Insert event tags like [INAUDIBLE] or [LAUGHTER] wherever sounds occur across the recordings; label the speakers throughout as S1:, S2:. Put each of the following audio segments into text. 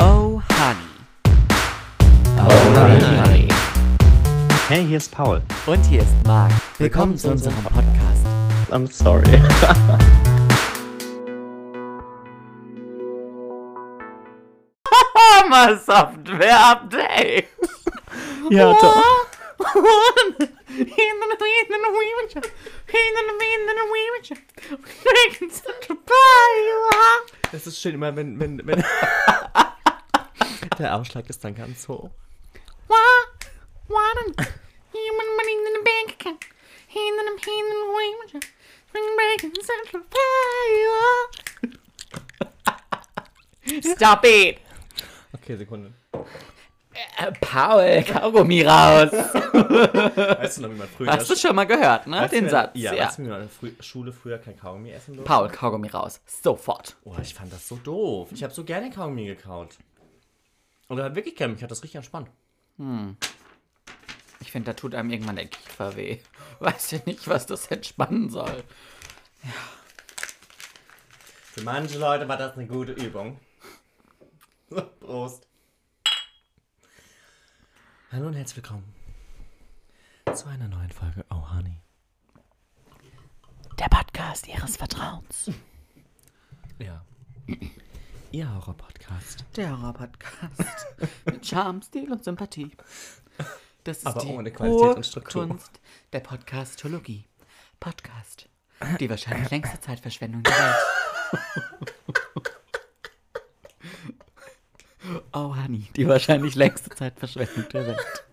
S1: Oh, Honey. Oh,
S2: Alright.
S3: Hey, hier ist Paul.
S1: Und hier ist Marc. Willkommen zu unserem Podcast.
S3: I'm sorry.
S1: [LAUGHS] Hammer Software Update.
S3: Ja, doch.
S2: [LAUGHS] Es ist schön immer, wenn, wenn, wenn. Der Ausschlag ist dann ganz hoch.
S1: Stop it!
S2: Okay, Sekunde.
S1: Äh, Paul, Kaugummi [LAUGHS] raus!
S2: Weißt du noch, wie man früher.
S1: Hast du schon mal gehört, ne?
S2: Weißt du,
S1: Den
S2: wie-
S1: Satz.
S2: Ja, weißt du, wie man in der Frü Schule früher kein Kaugummi essen durfte?
S1: Paul, Kaugummi raus. Sofort.
S2: Oh, ich fand das so doof. Ich habe so gerne Kaugummi gekaut. Und er hat wirklich keinen. Ich hat das richtig entspannt.
S1: Ich finde, da tut einem irgendwann der Kiefer weh. Weiß ja nicht, was das entspannen soll.
S2: Für manche Leute war das eine gute Übung. Prost. Hallo und herzlich willkommen zu einer neuen Folge Oh Honey.
S1: Der Podcast Ihres Vertrauens.
S2: Ja. Ihr Horror-Podcast.
S1: Der [LAUGHS] Horror-Podcast. Mit Charme, Stil und Sympathie. Das ist
S2: Aber
S1: die
S2: ohne Qualität und Struktur.
S1: Kunst der Podcastologie. Podcast. Die wahrscheinlich längste Zeitverschwendung der Welt. [LAUGHS] Oh, Honey. Die wahrscheinlich längste Zeitverschwendung der Welt.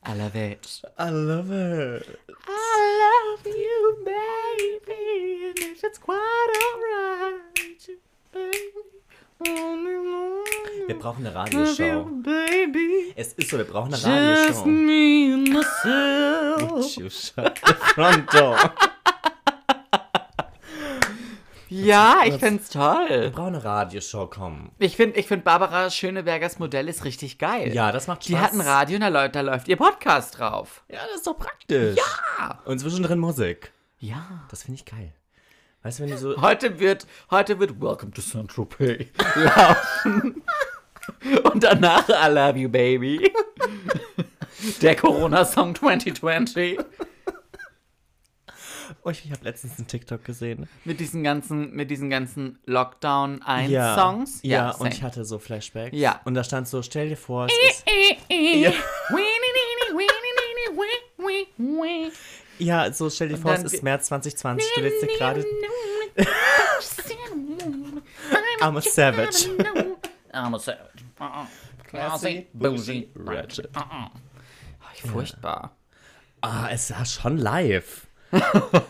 S1: Aller Welt.
S2: I love it.
S1: I love you, baby, and if it's quite alright,
S2: Wir
S1: baby,
S2: brauchen eine Radioshow.
S1: baby,
S2: Es ist so, wir brauchen eine
S1: just
S2: Radioshow.
S1: me and myself.
S2: Would you shut the front door?
S1: Ja, ich find's toll.
S2: Wir brauchen eine Radioshow, komm.
S1: Ich find, ich find Barbara Schönebergers Modell ist richtig geil.
S2: Ja, das macht Spaß.
S1: Die hat ein Radio und da läuft, da läuft ihr Podcast drauf.
S2: Ja, das ist doch praktisch. Ja. Und zwischendrin Musik.
S1: Ja.
S2: Das finde ich geil. Weißt du, wenn du so
S1: Heute wird, heute wird Welcome to Saint-Tropez laufen. [LAUGHS] Und danach I Love You Baby. [LAUGHS] Der Corona-Song 2020.
S2: Oh, ich habe letztens einen TikTok gesehen.
S1: Mit diesen ganzen, mit diesen ganzen Lockdown-1-Songs.
S2: Songs? Ja, und ich
S1: hatte.
S2: hatte so Flashbacks.
S1: Ja.
S2: Und da stand so, stell dir vor, es ist, ja, so stell dir vor, es
S1: dann
S2: ist
S1: wir-
S2: März 2020, du lädst
S1: [LAUGHS]
S2: dir gerade I'm a Savage.
S1: I'm a savage. Uh-uh. Classy,
S2: Classy,
S1: bougie,
S2: bougie,
S1: ratchet.
S2: ratchet.
S1: Uh-uh. Ach, Furchtbar.
S2: Ah, es war schon
S1: [LAUGHS]
S2: live.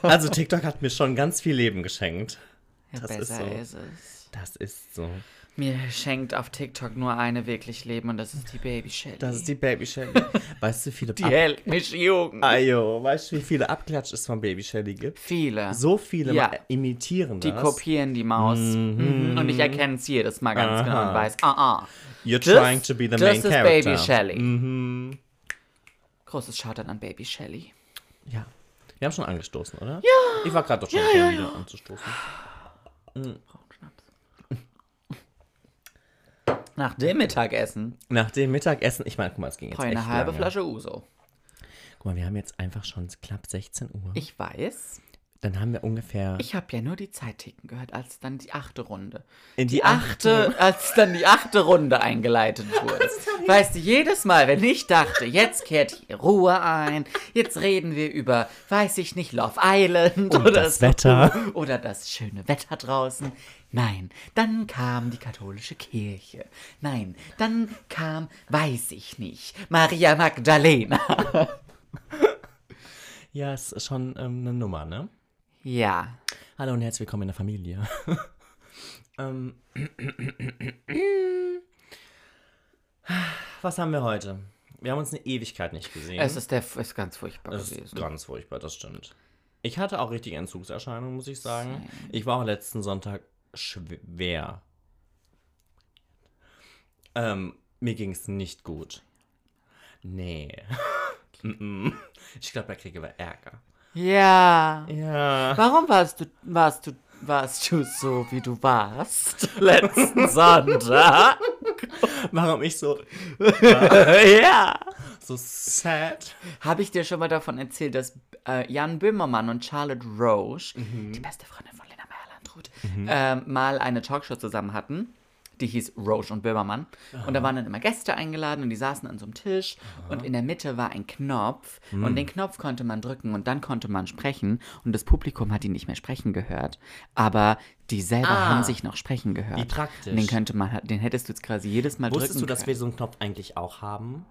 S2: also TikTok hat mir schon ganz viel Leben geschenkt.
S1: Ja,
S2: Das ist
S1: besser
S2: so.
S1: ist es.
S2: Das ist so.
S1: Mir schenkt auf TikTok nur eine wirklich Leben und das ist die Baby Shelly.
S2: Das ist die Baby Shelly. [LAUGHS] weißt du, wie viele
S1: die hält mich jung.
S2: Ayo, [LAUGHS] weißt du, wie viele Abklatsch es von Baby Shelly gibt?
S1: Viele.
S2: So viele
S1: Ja.
S2: ma- imitieren
S1: die
S2: das.
S1: kopieren die Maus. Mhm. Und ich erkenne es jedes Mal ganz
S2: Aha.
S1: genau und weiß, ah, ah.
S2: You're
S1: Das,
S2: trying to be the
S1: das
S2: main
S1: ist
S2: character. Mm-hmm.
S1: Baby Shelly. Großes Shoutout an Baby Shelly.
S2: Ja. Wir haben schon angestoßen, oder? Ja. Ich war gerade doch schon ja, wieder anzustoßen.
S1: Nach dem Mittagessen
S2: Nach dem Mittagessen, ich meine, guck mal, es ging jetzt
S1: brauche ich
S2: echt
S1: eine halbe
S2: lange.
S1: Flasche Uso.
S2: Guck mal, wir haben jetzt einfach schon knapp 16 Uhr.
S1: Ich weiß,
S2: Dann haben wir ungefähr
S1: ich habe ja nur die Zeit ticken gehört, als dann die achte Runde.
S2: in die
S1: achte, als dann die achte Runde
S2: [LAUGHS]
S1: eingeleitet wurde. Weißt du, jedes Mal, wenn ich dachte, jetzt kehrt hier Ruhe ein, jetzt reden wir über, weiß ich nicht, Love Island oder
S2: das
S1: so,
S2: Wetter.
S1: oder das schöne Wetter draußen. Nein, dann kam die katholische Kirche. Nein, dann kam, weiß ich nicht, Maria Magdalena.
S2: Ja, es ist schon ähm, eine Nummer, ne?
S1: Ja,
S2: Hallo und herzlich willkommen in der Familie. [LAUGHS] ähm. [CLEARS THROAT] Was haben wir heute? Wir haben uns eine Ewigkeit nicht gesehen.
S1: es ist, der, ist ganz furchtbar
S2: Das ist
S1: gewesen.
S2: ganz furchtbar, das stimmt. Ich hatte auch richtige Entzugserscheinungen, muss ich sagen. Ich war auch letzten Sonntag schwer. Ähm, mir ging es nicht gut. Nee. [LAUGHS] Mm-mm. ich glaube, da kriege ich aber Ärger.
S1: Ja.
S2: Ja.
S1: Warum warst du, warst du, warst du so, wie du warst letzten Sonntag?
S2: Warum ich so,
S1: ja.
S2: so sad?
S1: Habe ich dir schon mal davon erzählt, dass äh, Jan Böhmermann und Charlotte Roche,
S2: Mhm.
S1: die beste Freundin von Lena Meyer-Landrut, ähm, mal eine Talkshow zusammen hatten. Die hieß Roche und Böhmermann. Und da waren dann immer Gäste eingeladen und die saßen an so einem Tisch. Und in der Mitte war ein Knopf.
S2: Mhm.
S1: Und den Knopf konnte man drücken und dann konnte man sprechen. Und das Publikum hat die nicht mehr sprechen gehört. Aber die selber
S2: Ah.
S1: haben sich noch sprechen gehört.
S2: Wie praktisch.
S1: Und den könnte man, den hättest du jetzt quasi jedes Mal drücken
S2: Wusstest du, dass
S1: können.
S2: wir so einen Knopf eigentlich auch haben?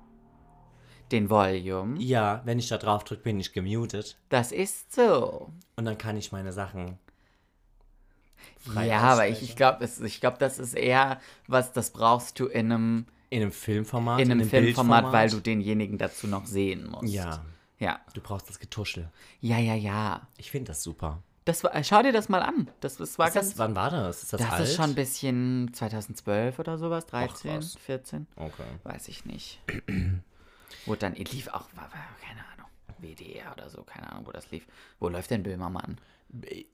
S1: Den Volume.
S2: Ja, wenn ich da drauf drücke, bin ich gemutet.
S1: Das ist so.
S2: Und dann kann ich meine Sachen. frei
S1: Ja, aber ich,
S2: ausstellen.
S1: ich glaube, ich glaub, das ist eher was, das brauchst du in einem,
S2: In einem Filmformat?
S1: in einem Filmformat,
S2: Bildformat?
S1: weil du denjenigen dazu noch sehen musst.
S2: Ja,
S1: Ja,
S2: du brauchst das Getuschel.
S1: ja, ja. ja.
S2: Ich finde das super.
S1: Das war, schau dir das mal an. Das, das war
S2: Ist
S1: ganz.
S2: das, wann war das? Ist das,
S1: das
S2: alt?
S1: ist schon ein bisschen 2012 oder sowas, 13,
S2: krass.
S1: 14.
S2: Okay.
S1: Weiß ich
S2: [CLEARS THROAT]
S1: nicht. wo dann lief auch, war, war, keine Ahnung, WDR oder so, keine Ahnung, wo das lief. Wo läuft denn Böhmermann?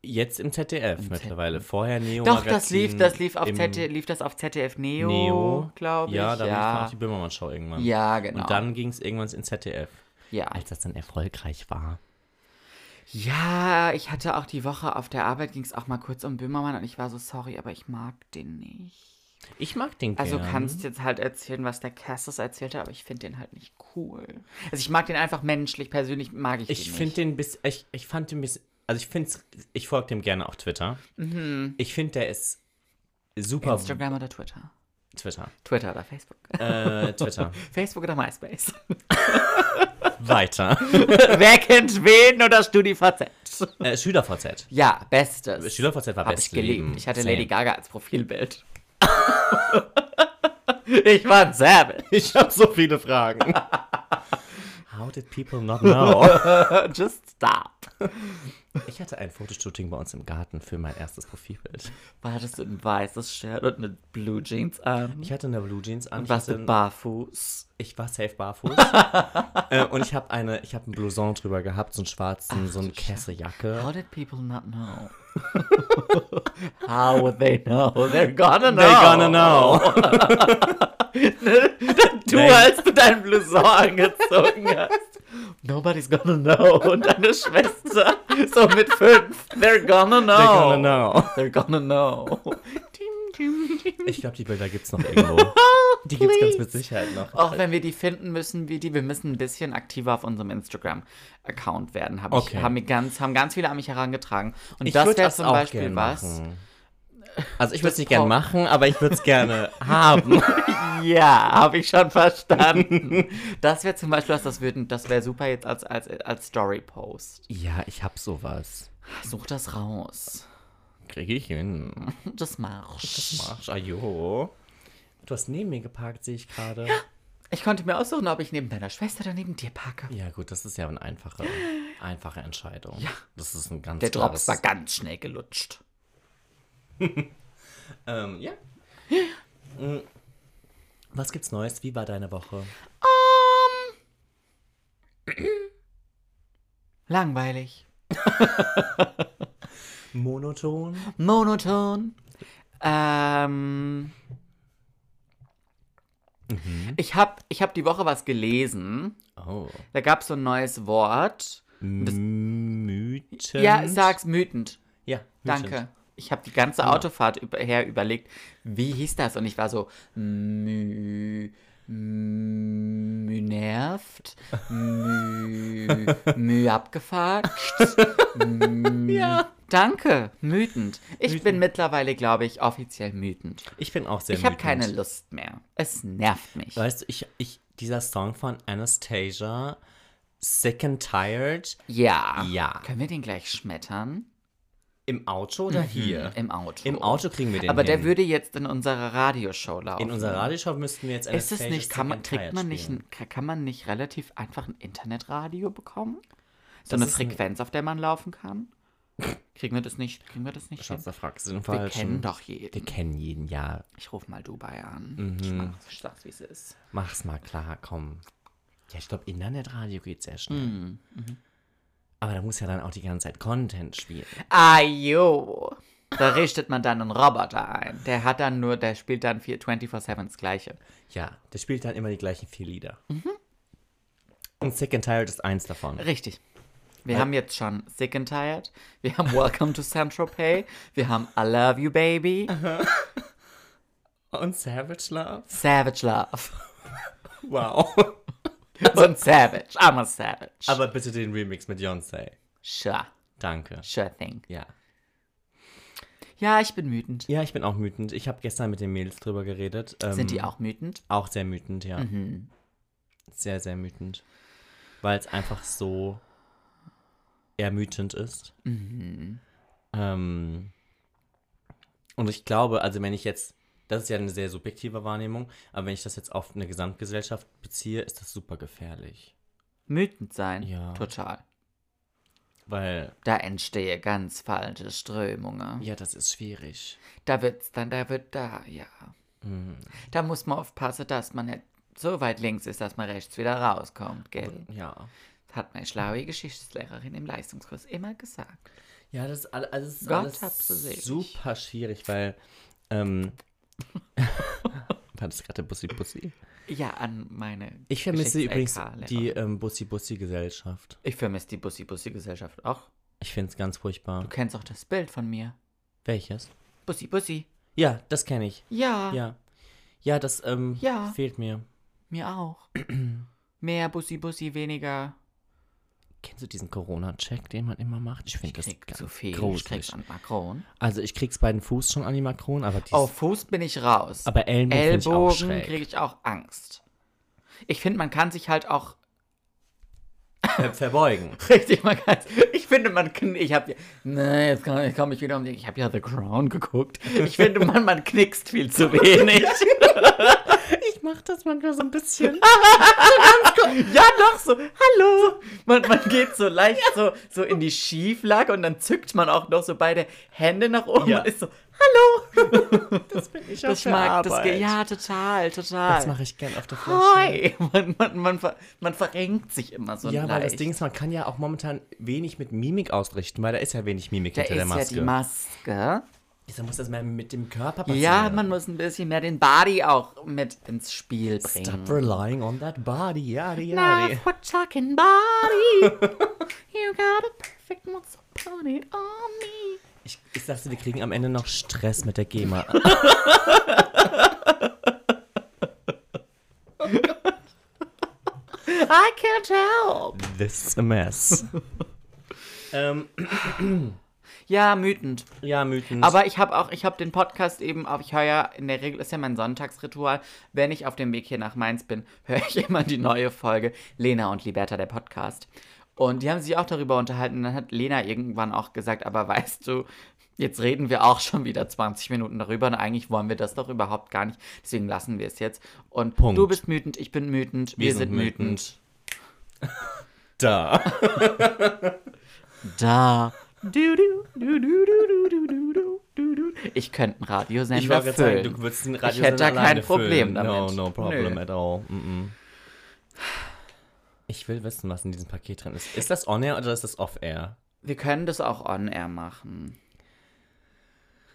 S2: Jetzt im ZDF mittlerweile. Vorher Neo.
S1: Doch, das lief,
S2: Magazin,
S1: das lief auf,
S2: im
S1: ZDF, lief das auf ZDF Neo,
S2: Neo,
S1: glaube ich.
S2: Ja, da lief
S1: ja.
S2: noch die Böhmermann-Show irgendwann.
S1: Ja, genau.
S2: Und dann ging es irgendwann ins ZDF.
S1: ja.
S2: Als das dann erfolgreich war.
S1: Ja, ich hatte auch die Woche auf der Arbeit, ging es auch mal kurz um Böhmermann und ich war so sorry, aber ich mag den nicht.
S2: Ich mag den
S1: Also
S2: gern.
S1: kannst jetzt halt erzählen, was der Cassis erzählt hat, aber ich finde den halt nicht cool. Also ich mag den einfach menschlich, persönlich mag ich,
S2: Ich
S1: den
S2: finde
S1: nicht.
S2: den bis. Ich, ich fand den bis. Also ich finde Ich folge dem gerne auf Twitter. Ich finde, der ist super.
S1: Mhm. Instagram oder Twitter?
S2: Twitter.
S1: Twitter oder Facebook?
S2: Äh, Twitter.
S1: [LAUGHS] Facebook oder [LAUGHS] MySpace?
S2: Weiter.
S1: Wer kennt wen oder StudiVZ?
S2: äh, SchülerVZ.
S1: Ja, bestes.
S2: SchülerVZ war
S1: Hab ich
S2: best Leben.
S1: geliebt. Ich hatte
S2: Same.
S1: Lady Gaga als Profilbild. [LAUGHS] ich war ein Savage.
S2: Ich habe so viele Fragen. How did
S1: [LAUGHS]
S2: people not know?
S1: [LAUGHS] Just stop.
S2: Ich hatte ein Fotoshooting bei uns im Garten für mein erstes Profilbild.
S1: Hattest du ein weißes Shirt und eine Blue Jeans an?
S2: Ich hatte eine Blue Jeans an. ich
S1: Warst
S2: hatte
S1: du barfuß?
S2: Ich war safe
S1: [LAUGHS]
S2: barfuß. äh, und ich habe eine, ich habe einen Blouson drüber gehabt, so einen schwarzen, so eine Kesseljacke.
S1: How did people not know? [LAUGHS] How would they know? They're gonna know.
S2: They gonna know.
S1: Oh, Du,
S2: Nein.
S1: als du deinen Blouson angezogen hast. Nobody's gonna know. Und deine Schwester, so mit fünf. They're gonna know.
S2: They gonna know.
S1: They're gonna
S2: [LAUGHS]
S1: know. [LAUGHS] Ding, ding, ding.
S2: Ich glaube, die Bilder gibt's [LAUGHS] noch irgendwo. Die gibt's ganz mit Sicherheit noch.
S1: Auch wenn wir die finden, müssen wir die. Wir müssen ein bisschen aktiver auf unserem Instagram-Account werden. Hab ich,
S2: Okay.
S1: haben, mir ganz, haben ganz viele an mich herangetragen. Und
S2: Ich
S1: das
S2: würd
S1: wäre zum
S2: auch
S1: Beispiel
S2: gern
S1: was.
S2: machen. Also ich würde es
S1: Das
S2: nicht gerne
S1: braucht-
S2: machen, aber ich würde es [LAUGHS] gerne haben.
S1: Ja, habe ich schon verstanden. das wäre zum Beispiel was, das, würden- das wäre super jetzt als, als, als Story-Post.
S2: Ja, ich hab sowas.
S1: Such das raus.
S2: Kriege ich hin.
S1: Das marsch.
S2: Marsch, ajo. Du hast neben mir geparkt, sehe ich gerade.
S1: Ich konnte mir aussuchen, ob ich neben deiner Schwester oder neben dir packe.
S2: Ja, gut, das ist ja eine einfache, einfache Entscheidung. Ja. Das ist ein ganz
S1: Der Drops
S2: klares-
S1: war ganz schnell gelutscht.
S2: Ähm, ja. Mm. Was gibt's Neues? Wie war deine Woche?
S1: Langweilig.
S2: Monoton?
S1: monoton. Ähm, Ich habe ich hab die Woche was gelesen.
S2: Oh.
S1: Da gab es so ein neues Wort.
S2: Mythen?
S1: Ja, sag's mütend.
S2: Ja,
S1: Danke.
S2: mythen.
S1: Ich habe die ganze Autofahrt über, her überlegt, wie hieß das? Und ich war so mü, mü nervt, mü, mü abgefuckt. mü, ja. Danke, mütend. Ich bin mittlerweile, glaube ich, offiziell mütend.
S2: Ich bin auch sehr
S1: Ich habe
S2: wütend.
S1: keine Lust mehr. Es nervt mich.
S2: Weißt du, ich, ich, dieser Song von Anastasia, Sick and Tired,
S1: Ja.
S2: Ja.
S1: Können wir den gleich schmettern?
S2: im Auto oder hier?
S1: Mhm, Im Auto.
S2: Im Auto kriegen wir den
S1: Aber der
S2: hin.
S1: würde jetzt in unserer Radioshow laufen.
S2: In unserer Radioshow müssten wir jetzt
S1: Ist es
S2: Anastasia
S1: nicht, kann
S2: Sick
S1: man,
S2: and
S1: kriegt
S2: Tired
S1: man nicht,
S2: spielen.
S1: ein, ka- kann man nicht relativ einfach ein Internetradio bekommen? So
S2: Das
S1: eine
S2: ist ein-
S1: Frequenz, auf der man laufen kann? Kriegen wir das nicht, kriegen wir das nicht hin?
S2: Schatz, da fragst du den
S1: Wir
S2: Falschen.
S1: kennen doch
S2: Wir
S1: jeden.
S2: kennen jeden, ja.
S1: Ich rufe mal Dubai an.
S2: Mhm.
S1: Ich mach- Ich sag's, wie es ist.
S2: Mach's mal klar, komm. Ja, ich glaube, Internetradio geht sehr schnell.
S1: Mhm,
S2: Aber da muss ja dann auch die ganze Zeit Content spielen.
S1: Ah, jo. Da richtet man dann einen Roboter ein. Der hat dann nur, der spielt dann vier- 24-7 das Gleiche.
S2: Ja, der spielt dann immer die gleichen vier Lieder.
S1: Mhm.
S2: Und Sick and Tired ist eins davon.
S1: Richtig. Wir haben jetzt schon Sick and Tired, wir haben Welcome to Saint-Tropez, wir haben I Love You Baby,
S2: Und Savage [LAUGHS] Love?
S1: Savage Love [LAUGHS]
S2: Wow.
S1: und Savage. I'm a Savage.
S2: Aber bitte den Remix mit Beyoncé.
S1: sure,
S2: Danke.
S1: sure thing.
S2: Ja.
S1: Ja, ich bin wütend.
S2: Ja, ich bin auch wütend. Ich habe gestern mit den Mädels drüber geredet. Ähm,
S1: Sind die auch wütend?
S2: Auch Mhm. sehr wütend, ja. Sehr, sehr wütend. Weil es einfach so ermüdend ist. Mhm. Ähm, und ich glaube, also wenn ich jetzt, das ist ja eine sehr subjektive Wahrnehmung, aber wenn ich das jetzt auf eine Gesamtgesellschaft beziehe, ist das super gefährlich.
S1: Wütend sein?
S2: Ja.
S1: Total.
S2: Weil,
S1: Da entstehe ganz falsche Strömungen.
S2: ja, das ist schwierig.
S1: Da wird's dann, da wird da, ja.
S2: Mhm.
S1: Da muss man aufpassen, dass man nicht so weit links ist, dass man rechts wieder rauskommt, gell?
S2: Ja.
S1: Das hat meine schlaue Geschichtslehrerin im Leistungskurs immer gesagt.
S2: Ja, das ist alles, also es ist
S1: Gott
S2: alles
S1: hab sie selig.
S2: super schwierig, weil, ähm, [LAUGHS] war das gerade Bussi Bussi?
S1: Ja, an meine.
S2: Ich vermisse übrigens
S1: Geschichts-LK-Lehrerin.
S2: die ähm, Bussi-Bussi-Gesellschaft.
S1: Ich vermisse die Bussi-Bussi-Gesellschaft auch.
S2: Ich finde es ganz furchtbar.
S1: Du kennst auch das Bild von mir.
S2: Welches?
S1: Bussi-Bussi.
S2: Ja, das kenne ich.
S1: Ja,
S2: Ja. Ah. Ja, das ähm,
S1: Ja.
S2: fehlt mir.
S1: mir auch. Mehr Bussi-Bussi, weniger.
S2: Kennst du diesen Corona-Check, den man immer macht? Ich finde das
S1: Krieg
S2: ganz
S1: zu viel. Ich krieg's
S2: gruselig.
S1: an Macron.
S2: Also ich krieg's bei den Fuß schon an die Makron, aber dies,
S1: Auf Fuß bin ich raus.
S2: aber Ellenbogen, find ich auch
S1: Ellbogen
S2: schräg.
S1: kriege ich auch Angst. Ich finde, man kann sich halt auch [LAUGHS]
S2: [LAUGHS] Äh, verbeugen.
S1: richtig man kann. Ich finde, man kann. Ich habe nee, jetzt komme komm ich wieder um. die- Ich habe ja The Crown geguckt. Ich finde, man man knickst viel zu
S2: [LAUGHS]
S1: wenig.
S2: Ich mach das manchmal so ein [LAUGHS] bisschen.
S1: [LAUGHS] ja, doch so. Hallo. Man, man geht so leicht so so in die Schieflage und dann zückt man auch noch so beide Hände nach oben
S2: Ja.
S1: und ist so Hallo.
S2: Das bin ich
S1: Das mag das. ge- Ja, total, total.
S2: Das mache ich gern auf der Fläche.
S1: Hi. [LAUGHS] Man, man, man, ver, man verrenkt sich immer so
S2: Ja,
S1: leicht.
S2: weil das Ding ist, man kann ja auch momentan wenig mit Mimik ausrichten, weil da ist ja wenig Mimik
S1: Da
S2: hinter
S1: ist
S2: der
S1: ja
S2: Maske.
S1: die Maske.
S2: Deshalb muss das mehr mit dem Körper passieren.
S1: Ja, man muss ein bisschen mehr den Body auch mit ins Spiel bringen.
S2: Stop relying on that body, yadi yadi.
S1: Love what talking body. you got a perfect one, so put it on me.
S2: Ich, ich sagte, wir kriegen am Ende noch Stress mit der GEMA.
S1: [LAUGHS] I can't help.
S2: This is a mess. ähm,
S1: Ja, mütend.
S2: ja, Mythen.
S1: Aber ich habe auch, ich habe den Podcast eben auf, ich höre ja, in der Regel ist ja mein Sonntagsritual, wenn ich auf dem Weg hier nach Mainz bin, [LAUGHS] höre ich immer die neue Folge Lena und Liberta, der Podcast. Und die haben sich auch darüber unterhalten. Und dann hat Lena irgendwann auch gesagt, aber weißt du, jetzt reden wir auch schon wieder 20 Minuten darüber und eigentlich wollen wir das doch überhaupt gar nicht. Deswegen lassen wir es jetzt. Und
S2: Punkt.
S1: du bist wütend, ich bin wütend, wir, sind wütend.
S2: Da.
S1: Da. Du, du, du, du, du, du, du, du, du, du. Ich könnte einen Radiosender
S2: Ich wollte gerade sagen,
S1: füllen.
S2: du würdest den Radio
S1: hätte da kein
S2: alleine
S1: Problem
S2: füllen.
S1: damit.
S2: No, no problem
S1: Nö.
S2: at all. Mm -mm. Ich will wissen, was in diesem Paket drin ist. Ist das on-air oder ist das off-air?
S1: Wir können das auch on-air machen.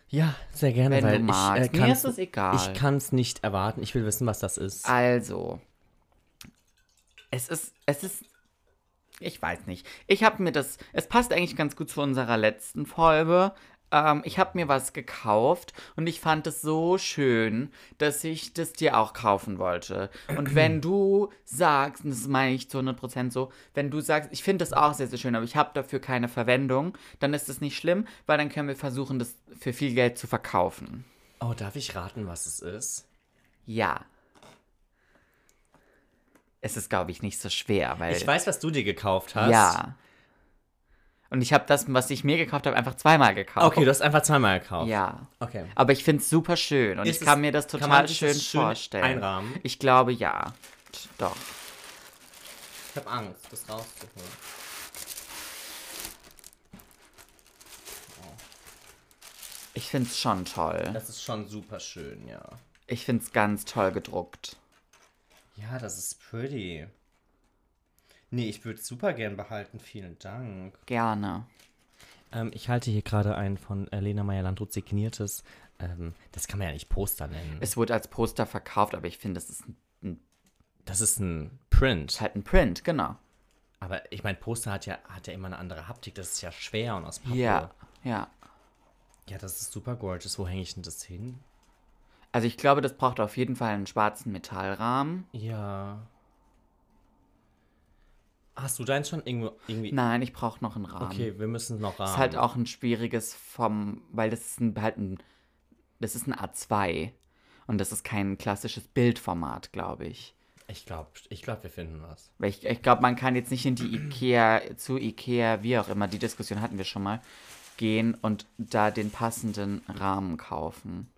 S2: Ja, sehr gerne,
S1: Wenn
S2: weil
S1: du magst.
S2: ich äh,
S1: Mir
S2: kann's-
S1: ist es egal.
S2: Ich kann es nicht erwarten. Ich will wissen, was das ist.
S1: Also, es ist, es ist, ich weiß nicht. Ich habe mir das, es passt eigentlich ganz gut zu unserer letzten Folge. Ähm, ich habe mir was gekauft und ich fand es so schön, dass ich das dir auch kaufen wollte. Und wenn du sagst, und das meine ich zu 100% so, wenn du sagst, ich finde das auch sehr, sehr schön, aber ich habe dafür keine Verwendung, dann ist das nicht schlimm, weil dann können wir versuchen, das für viel Geld zu verkaufen.
S2: Oh, darf ich raten, was es ist?
S1: Ja. Es ist, glaube ich, nicht so schwer, weil.
S2: Ich weiß, was du dir gekauft hast.
S1: Äh. Ja. Und ich habe das, was ich mir gekauft habe, einfach zweimal gekauft.
S2: Okay, du hast einfach zweimal gekauft.
S1: Ja.
S2: Okay.
S1: Aber ich finde es super schön und
S2: Ist
S1: ich kann
S2: es-
S1: mir das
S2: kann
S1: total
S2: man sich
S1: schön,
S2: das schön
S1: vorstellen.
S2: einrahmen?
S1: Ich glaube ja. T- Doch.
S2: Ich habe Angst, das rauszuholen.
S1: Ich finde es schon toll.
S2: Das ist schon super schön, ja.
S1: Ich finde es ganz toll gedruckt.
S2: Ja, das ist pretty. Nee, ich würde super gern behalten. Vielen Dank.
S1: Gerne.
S2: Ähm, ich halte hier gerade ein von äh, Lena Meyer-Landrut signiertes. Ähm, das kann man ja nicht Poster nennen.
S1: Es wurde als Poster verkauft, aber ich finde, das ist ein,
S2: das ist ein Print.
S1: halt ein Print, genau.
S2: Aber ich meine, Poster hat ja, hat ja immer eine andere Haptik. Das ist ja schwer und aus Papier.
S1: Ja, ja.
S2: Ja, das ist super gorgeous. Wo hänge ich denn das hin?
S1: Also ich glaube, das braucht auf jeden Fall einen schwarzen Metallrahmen.
S2: Ja. Hast du deins schon irgendwo irgendwie?
S1: Nein, ich brauche noch einen Rahmen.
S2: Okay, wir müssen noch rahmen.
S1: Ist halt auch ein schwieriges vom, weil das ist ein, halt ein, das ist ein A2 und das ist kein klassisches Bildformat, glaube ich.
S2: Ich glaube, ich glaub, wir finden was.
S1: Weil ich, ich glaube, man kann jetzt nicht in die Ikea, zu Ikea, wie auch immer, die Diskussion hatten wir schon mal, gehen und da den passenden Rahmen kaufen.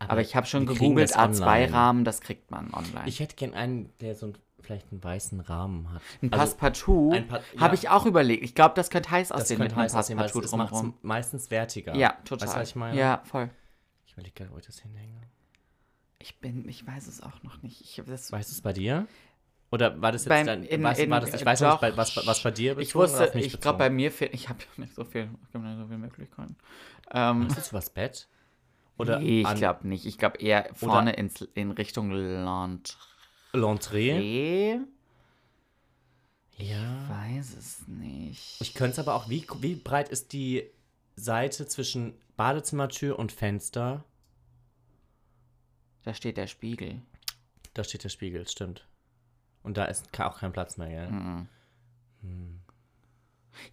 S1: Aber, ich habe schon
S2: wir kriegen
S1: gegoogelt,
S2: das online.
S1: A2-Rahmen, das kriegt man online.
S2: Ich hätte gern einen, der so ein, vielleicht einen weißen Rahmen hat.
S1: ein Passepartout
S2: also ein Pa- ja.
S1: habe ich auch überlegt. Ich glaube, das könnte heiß
S2: das
S1: aussehen mit
S2: könnte
S1: einem
S2: heiß aussehen, weil es
S1: Passepartout
S2: es macht's
S1: drumherum.
S2: meistens wertiger.
S1: Ja, total.
S2: Weißt du, was ich meine?
S1: Ja, voll.
S2: Ich überlege gerade, wo ich das hinhänge.
S1: Ich bin, ich weiß es auch noch nicht. Ich, das
S2: Weißt du es bei dir? Oder war das jetzt
S1: Beim-
S2: dann,
S1: in-
S2: weißt,
S1: in-
S2: war das, ich weiß nicht,
S1: doch.
S2: bei- was, was bei dir
S1: Ich
S2: bezogen oder
S1: wusste,
S2: auf mich
S1: ich glaube, bei
S2: bezogen?
S1: mir fehlt, ich habe nicht so viel, ich habe nicht so viele Möglichkeiten. Ähm,
S2: Hast du was Bett? Oder
S1: nee, ich
S2: an
S1: glaube nicht. Ich glaube eher vorne ins, in Richtung Landre.
S2: L'Entrée?
S1: Ich
S2: Ja.
S1: weiß es nicht.
S2: Ich könnte es aber auch, wie, wie breit ist die Seite zwischen Badezimmertür und Fenster?
S1: da steht der Spiegel.
S2: Da steht der Spiegel, stimmt. Und da ist ka- auch kein Platz mehr, gell?
S1: Mhm.
S2: Hm.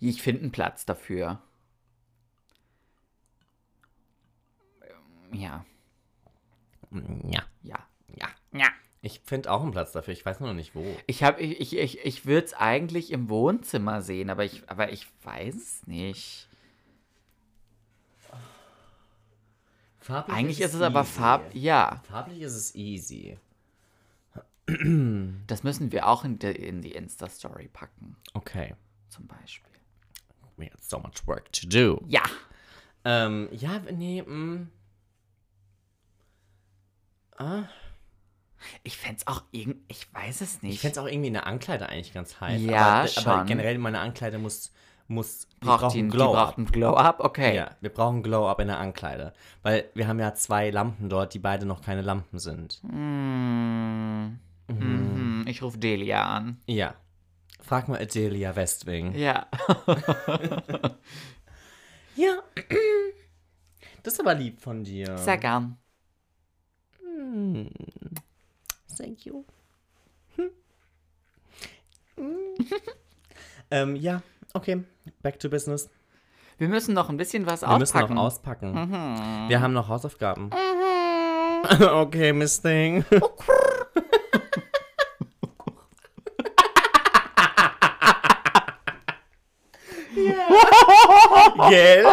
S1: Ich finde einen Platz dafür. Ähm, Ja,
S2: Ja.
S1: Mm, ja.
S2: Ja. Ja. Ich finde auch einen Platz dafür, ich weiß nur noch nicht wo.
S1: Ich habe, ich, ich, ich, ich würde es eigentlich im Wohnzimmer sehen, aber ich, aber ich weiß es nicht.
S2: Farblich
S1: Eigentlich ist es aber
S2: easy.
S1: farb, ja.
S2: Farblich ist es easy.
S1: Das müssen wir auch in die, in die Insta-Story packen,
S2: Okay.
S1: zum Beispiel.
S2: We have so much work to do.
S1: Ja.
S2: Ähm, ja, nee, mm. ah,
S1: Ich fänd's auch irgendwie, ich weiß es nicht.
S2: ich fände es auch irgendwie in der Ankleide eigentlich ganz heiß.
S1: Ja,
S2: aber, aber
S1: schon.
S2: generell meine Ankleide muss, muss die
S1: braucht
S2: brauchen
S1: die, die
S2: Glow-Up.
S1: braucht einen Glow-Up, okay.
S2: Ja, wir brauchen Glow-Up in der Ankleide. Weil wir haben ja zwei Lampen dort, die beide noch keine Lampen sind.
S1: Hm. Mm. Mhm. Ich rufe Delia an.
S2: Ja. Frag mal Adelia Westwing.
S1: Ja.
S2: Ja. [CLEARS THROAT] Das ist aber lieb von dir.
S1: Sehr gern.
S2: Thank you.
S1: Hm.
S2: [LAUGHS] ähm, ja, okay. Back to business.
S1: Wir müssen noch ein bisschen was
S2: Wir
S1: auspacken.
S2: müssen noch auspacken. Mhm. Wir haben noch Hausaufgaben. Mhm. [LAUGHS] okay, Miss [LAUGHS] Thing. Gell?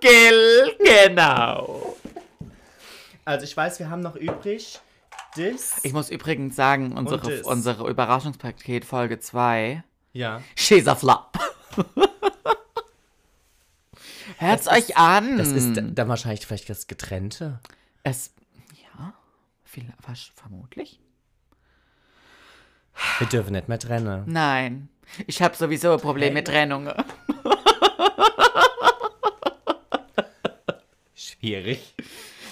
S1: Gell, genau.
S2: Also ich weiß, wir haben noch übrig das.
S1: Ich muss übrigens sagen, unsere,
S2: das.
S1: unsere Überraschungspaket Folge 2,
S2: ja.
S1: she's a [LAUGHS] flop. Hört's euch an.
S2: Das ist dann wahrscheinlich vielleicht das Getrennte.
S1: Es, ja, viel, wasch- vermutlich.
S2: Wir dürfen nicht mehr trennen.
S1: Nein, ich habe sowieso ein Problem mit Trennungen.
S2: Schwierig.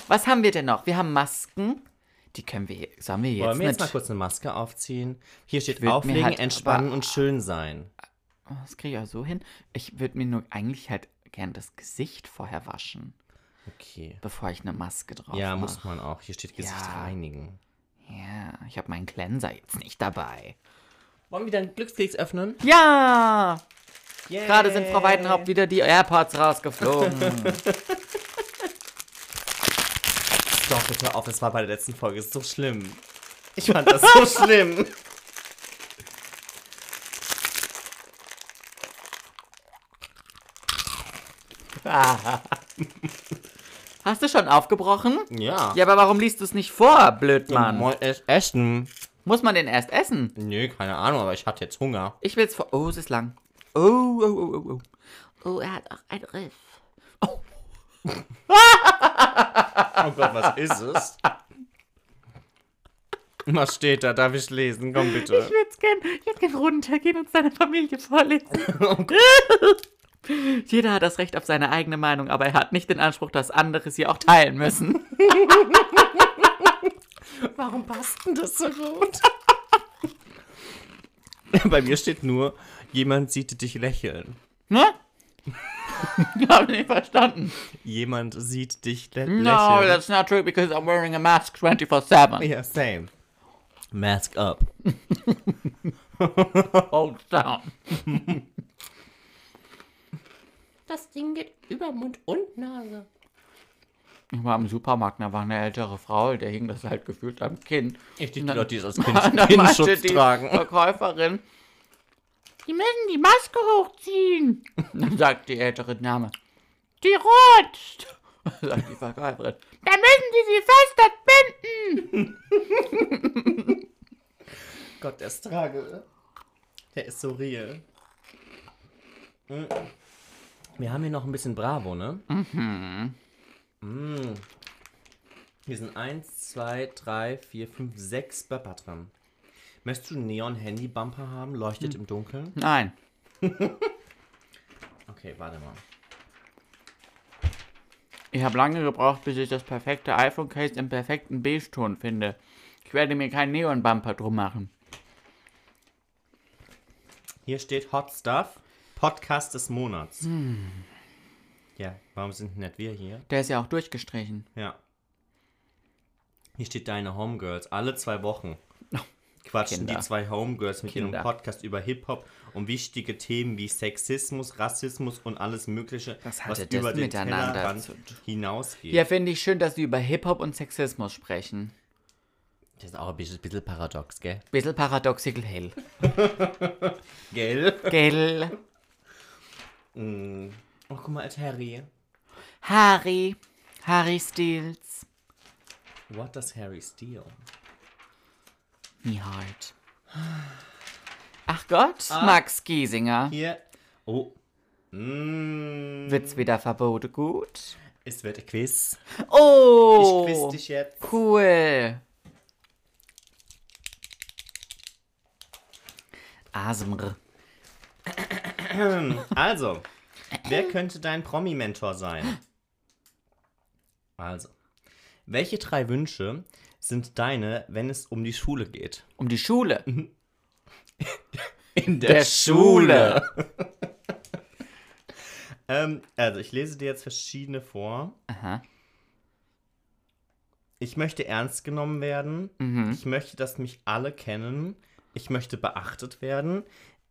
S1: Was haben wir denn noch? Wir haben Masken. Die können wir, sollen wir jetzt,
S2: Wollen wir jetzt mal
S1: mit,
S2: kurz eine Maske aufziehen? Hier steht
S1: würd mir
S2: auflegen,
S1: halt
S2: entspannen
S1: aber-
S2: und schön sein.
S1: Das kriege ich auch so hin. Ich würde mir nur eigentlich halt gern das Gesicht vorher waschen,
S2: Okay.
S1: bevor ich eine Maske drauf
S2: Ja,
S1: mach.
S2: muss man auch. Hier steht Gesicht
S1: Ja.
S2: reinigen.
S1: Ja, ich habe meinen Cleanser jetzt nicht dabei.
S2: Wollen wir wieder einen Glückskeks öffnen?
S1: Ja, gerade sind Frau
S2: Äh.
S1: Weidenhaupt wieder die AirPods rausgeflogen.
S2: Doch, bitte auf. Das war bei der letzten Folge so schlimm. Ich fand [LAUGHS] das so schlimm.
S1: Hast du schon aufgebrochen?
S2: Ja.
S1: Ja, aber warum liest du es nicht vor, Blödmann?
S2: Mann. Es essen.
S1: Muss man den erst essen?
S2: Nö, keine Ahnung, aber ich hatte jetzt Hunger.
S1: Ich will es vor. Oh, es ist lang. Oh, oh, oh, oh, oh. Oh, er hat auch einen Riff.
S2: Oh Gott, [LAUGHS] was ist es? Was steht da? Darf ich lesen? Komm bitte. [LAUGHS] Oh
S1: würde es gerne runtergehen und seiner Familie vorlesen. [LAUGHS] Jeder hat das Recht auf seine eigene Meinung, aber er hat nicht den Anspruch, dass andere sie auch teilen müssen.
S2: [LAUGHS] Warum passt denn das so gut? [LAUGHS] Bei mir steht nur, jemand sieht dich lächeln.
S1: Ne? [LAUGHS] Hab ich nicht verstanden.
S2: Jemand sieht dich lä
S1: No,
S2: lächeln.
S1: that's not true because I'm wearing a mask 24-7.
S2: Ja, same. Mask up.
S1: Hold down.
S4: Das Ding geht über Mund und Nase.
S1: Ich war im Supermarkt, da war eine ältere Frau, der hing das halt gefühlt am Kinn.
S2: Ich die
S1: Und dann-
S2: Leute, die das [LAUGHS]
S1: Und dann
S2: als
S1: meinte
S2: Kind
S1: die
S2: tragen.
S1: Verkäuferin, die müssen die Maske hochziehen. Dann sagt die ältere Dame, die rutscht. [LAUGHS] Sagt die Verkäuferin, dann müssen die sie fester binden.
S2: Oh Gott, der Struggle. Der ist so real. Mm. Wir haben hier noch ein bisschen Bravo, ne? Mhm. Hier sind 1, 2, 3, 4, 5, 6 Bumper dran. Möchtest du einen Neon-Handy-Bumper haben? Leuchtet im Dunkeln?
S1: Nein,
S2: Okay, warte mal.
S1: ich habe lange gebraucht, bis ich das perfekte iPhone-Case im perfekten Beige-Ton finde. Ich werde mir keinen Neon-Bumper drum machen.
S2: Hier steht Hot Stuff, Podcast des Monats.
S1: Hm.
S2: Ja, warum sind denn nicht wir hier?
S1: Der ist ja auch durchgestrichen.
S2: Ja. Hier steht deine Homegirls. Alle
S1: [LAUGHS]
S2: zwei Wochen quatschen
S1: Kinder.
S2: die zwei Homegirls mit
S1: Kinder.
S2: ihrem Podcast über Hip-Hop und wichtige Themen wie Sexismus, Rassismus und alles Mögliche,
S1: Was hatte das miteinander zu tun?
S2: hinausgeht.
S1: Hier finde ich schön, dass sie über Hip-Hop und Sexismus sprechen.
S2: Das ist auch ein bisschen, bisschen paradox, gell?
S1: Bisschen paradoxical hell.
S2: Gell?
S1: Gell?
S2: Oh, guck mal, als Harry.
S1: Harry. Harry Styles.
S2: What does Harry steal?
S1: Nie halt. Ach Gott,
S2: Ah.
S1: Max Giesinger.
S2: Hier. Oh. Mm,
S1: Witz wieder verboten, gut.
S2: es wird ein Quiz.
S1: Oh,
S2: Ich quiz dich jetzt.
S1: cool. ASMR.
S2: Also, wer könnte dein Promi-Mentor sein? Also, welche drei Wünsche sind deine, wenn es um die Schule geht?
S1: Um die Schule.
S2: Mhm. In
S1: der Schule.
S2: [LAUGHS] ähm, also, ich lese dir jetzt verschiedene vor.
S1: Aha.
S2: Ich möchte ernst genommen werden.
S1: Hm? Mhm.
S2: Ich möchte, dass mich alle kennen. Ich möchte beachtet werden.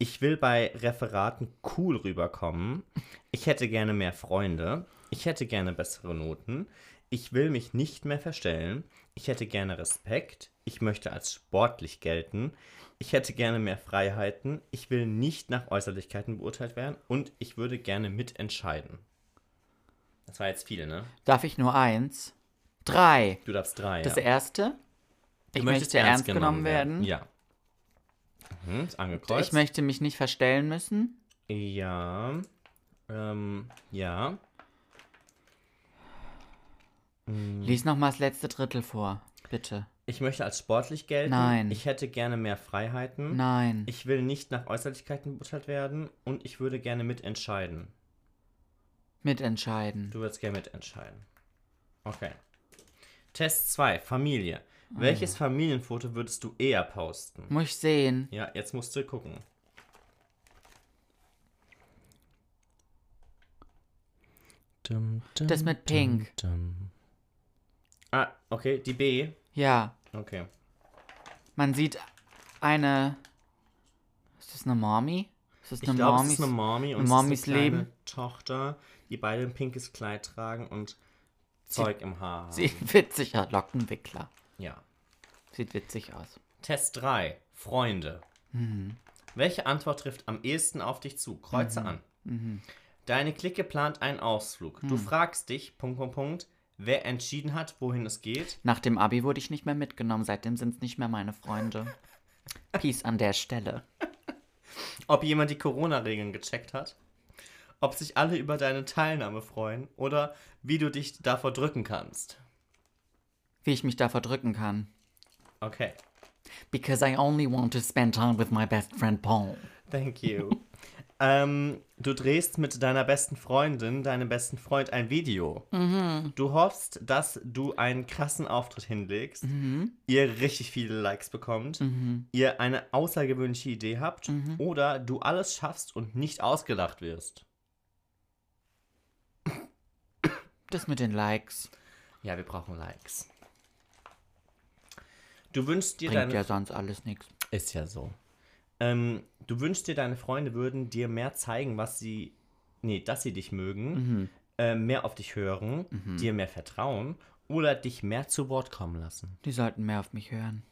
S2: Ich will bei Referaten cool rüberkommen. Ich hätte gerne mehr Freunde. Ich hätte gerne bessere Noten. Ich will mich nicht mehr verstellen. Ich hätte gerne Respekt. Ich möchte als sportlich gelten. Ich hätte gerne mehr Freiheiten. Ich will nicht nach Äußerlichkeiten beurteilt werden. Und ich würde gerne mitentscheiden. Das war jetzt viel, ne?
S1: Darf ich nur eins? Drei.
S2: Du darfst drei.
S1: Das
S2: ja.
S1: erste. Ich möchte ernst genommen werden.
S2: Ja. Mhm, ist angekreuzt.
S1: Ich möchte mich nicht verstellen müssen.
S2: Ja. Ähm, ja. Mhm.
S1: Lies nochmal das letzte Drittel vor, bitte.
S2: Ich möchte als sportlich gelten.
S1: Nein.
S2: Ich hätte gerne mehr Freiheiten.
S1: Nein.
S2: Hm? Ich will nicht nach Äußerlichkeiten beurteilt werden und ich würde gerne mitentscheiden.
S1: Mitentscheiden.
S2: Du würdest gerne mitentscheiden. Okay. Test 2. Familie.
S1: Ah,
S2: Welches Familienfoto würdest du eher posten?
S1: Muss ich sehen.
S2: Ja, jetzt musst du gucken.
S1: Das mit Pink.
S2: Ah, okay, die B.
S1: Ja.
S2: Okay.
S1: Man sieht eine. Ist das eine Mommy? Ist das
S2: Ich
S1: eine
S2: glaube, es
S1: Mommy?
S2: ist eine Mommy und
S1: eine
S2: es
S1: Mommys
S2: ist eine kleine
S1: Leben.
S2: Tochter, die beide ein pinkes Kleid tragen und Zeug im Haar haben.
S1: Sieht witzig aus. Lockenwickler.
S2: Ja.
S1: Sieht witzig aus.
S2: Test 3. Freunde. Welche Antwort trifft am ehesten auf dich zu? Kreuze an. Mhm. Deine Clique plant einen Ausflug. Du fragst dich, Punkt, Punkt, Punkt, wer entschieden hat, wohin es geht.
S1: Nach dem Abi wurde ich nicht mehr mitgenommen. Seitdem sind es nicht mehr meine Freunde. Peace an der Stelle.
S2: Ob jemand die Corona-Regeln gecheckt hat. Ob sich alle über deine Teilnahme freuen. Oder wie du dich davor drücken kannst.
S1: Wie ich mich da verdrücken kann.
S2: Okay.
S1: Because I only want to spend time with my best friend Paul.
S2: Thank you. [LAUGHS] Ähm, du drehst mit deiner besten Freundin, deinem besten Freund ein Video.
S1: Mhm.
S2: Du hoffst, dass du einen krassen Auftritt hinlegst,
S1: Mhm.
S2: ihr richtig viele Likes bekommt, ihr eine außergewöhnliche Idee habt
S1: Mhm.
S2: oder du alles schaffst und nicht ausgelacht wirst.
S1: Das mit den Likes
S2: Ja, wir brauchen Likes. Du wünschst dir
S1: bringt
S2: deine
S1: ja sonst alles nichts.
S2: Ist ja so. Ähm, du wünschst dir, deine Freunde würden dir mehr zeigen, was sie. Nee, dass sie dich mögen,
S1: Mhm.
S2: äh, mehr auf dich hören, dir mehr vertrauen oder dich mehr zu Wort kommen lassen.
S1: Die sollten mehr auf mich hören.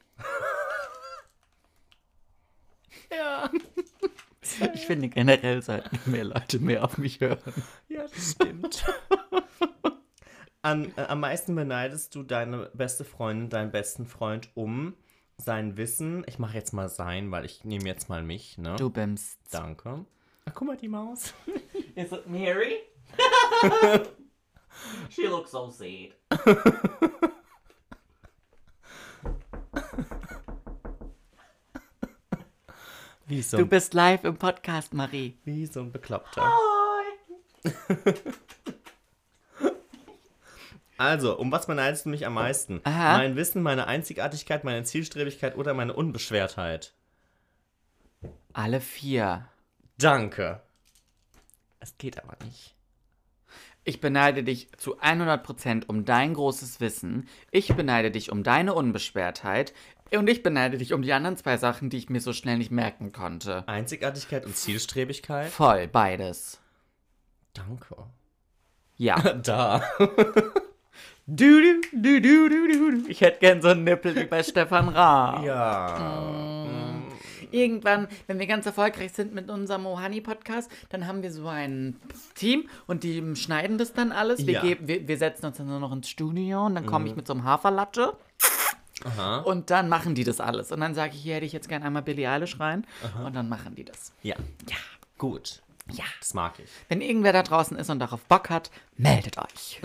S4: Ja.
S1: Ich finde generell sollten mehr Leute mehr auf mich hören.
S2: [LAUGHS] Ja, das stimmt. [LAUGHS] An, äh, am meisten beneidest du deine beste Freundin, deinen besten Freund um sein Wissen. Ich mache jetzt mal sein, weil ich nehme jetzt mal mich, ne?
S1: Du bimst.
S2: Danke. Ach, guck mal, die Maus.
S4: Is it Mary? she looks so sad.
S2: Wie so,
S1: Du
S2: ein,
S1: bist live im Podcast, Marie.
S2: wie so ein Bekloppter.
S4: Hi.
S2: Also, um was beneidest du mich am meisten?
S1: Aha.
S2: Mein Wissen, meine Einzigartigkeit, meine Zielstrebigkeit oder meine Unbeschwertheit?
S1: Alle vier.
S2: Danke. Es geht aber nicht.
S1: Ich beneide dich zu 100% um dein großes Wissen. Ich beneide dich um deine Unbeschwertheit. Und ich beneide dich um die anderen zwei Sachen, die ich mir so schnell nicht merken konnte.
S2: Einzigartigkeit und Zielstrebigkeit?
S1: Voll, beides.
S2: Danke. [LAUGHS]
S1: Ja.
S2: Da.
S1: [LAUGHS] du, du, du, du, du, du, du. Ich hätte gern so einen Nippel wie bei Stefan Raab.
S2: Ja.
S1: Irgendwann, wenn wir ganz erfolgreich sind mit unserem Ohani-Podcast, dann haben wir so ein Team und die schneiden das dann alles. Wir,
S2: Ja. Mhm.
S1: geben, wir, wir setzen uns dann nur noch ins Studio und dann komme ich mit so einem Haferlatte. Und dann machen die das alles. Und dann sage ich, hier hätte ich jetzt gern einmal Billie Eilish rein. Und dann machen die das.
S2: Ja. Ja. Gut. Ja. Das mag ich.
S1: Wenn irgendwer da draußen ist und darauf Bock hat, meldet
S2: [LAUGHS]
S1: euch.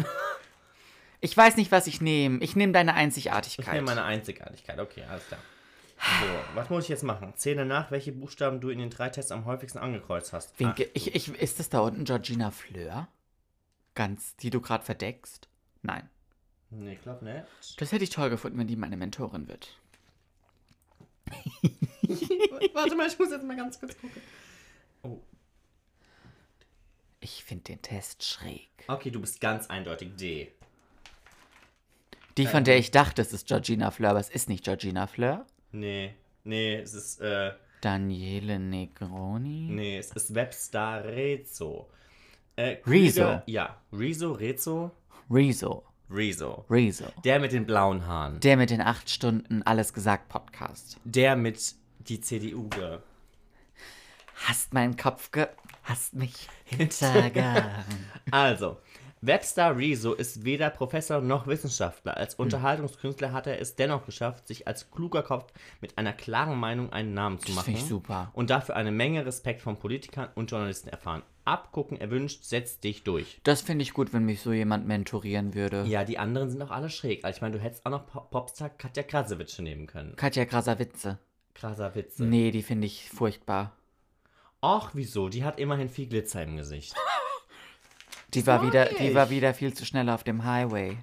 S1: ich weiß nicht, was ich nehme. Ich nehme deine
S2: Ich
S1: Einzigartigkeit.
S2: nehme meine Einzigartigkeit. Okay, alles klar. So, was muss ich jetzt machen? Zähle nach, welche Buchstaben du in den drei Tests am häufigsten angekreuzt hast.
S1: Winke, ich, ich, ist das da unten Georgina Fleur? Ganz, die du gerade verdeckst? Nein.
S2: Ach, nee, ich glaube nicht.
S1: Das hätte ich toll gefunden, wenn die meine Mentorin wird.
S2: Warte mal, ich muss jetzt mal ganz kurz gucken.
S1: Ich finde den Test schräg.
S2: Okay, du bist ganz eindeutig D.
S1: Die, von der ich dachte, es ist Georgina Fleur, aber es ist nicht Georgina Fleur.
S2: Nee, nee, es ist, äh,
S1: Daniele Negroni.
S2: nee, es ist Webstar Rezo. Äh,
S1: Rezo.
S2: Krüger- Ja, Rezo, Rezo,
S1: Rezo.
S2: Rezo.
S1: Rezo.
S2: Der mit den blauen Haaren.
S1: Der mit den 8 Stunden Alles gesagt Podcast.
S2: Der mit die CDU. ge-
S1: Hast meinen Kopf ge. Hast [LAUGHS] mich hintergangen.
S2: Also, Webstar Rezo ist weder Professor noch Wissenschaftler. Als
S1: Hm.
S2: Unterhaltungskünstler hat er es dennoch geschafft, sich als kluger Kopf mit einer klaren Meinung einen Namen zu
S1: Das
S2: machen.
S1: finde ich super.
S2: Und dafür eine Menge Respekt von Politikern und Journalisten erfahren. Abgucken erwünscht, setz dich durch.
S1: Das finde ich gut, wenn mich so jemand mentorieren würde.
S2: Ja, die anderen sind auch alle schräg. Also ich meine, du hättest auch noch Pop- Popstar Katja Krasewitsch nehmen können.
S1: Katja Krasavitze.
S2: Krasser Witze.
S1: Nee, die finde ich furchtbar.
S2: Och, wieso? Die hat immerhin viel Glitzer im Gesicht.
S1: Die war, wieder,
S2: ich.
S1: die war wieder viel zu schnell auf dem Highway.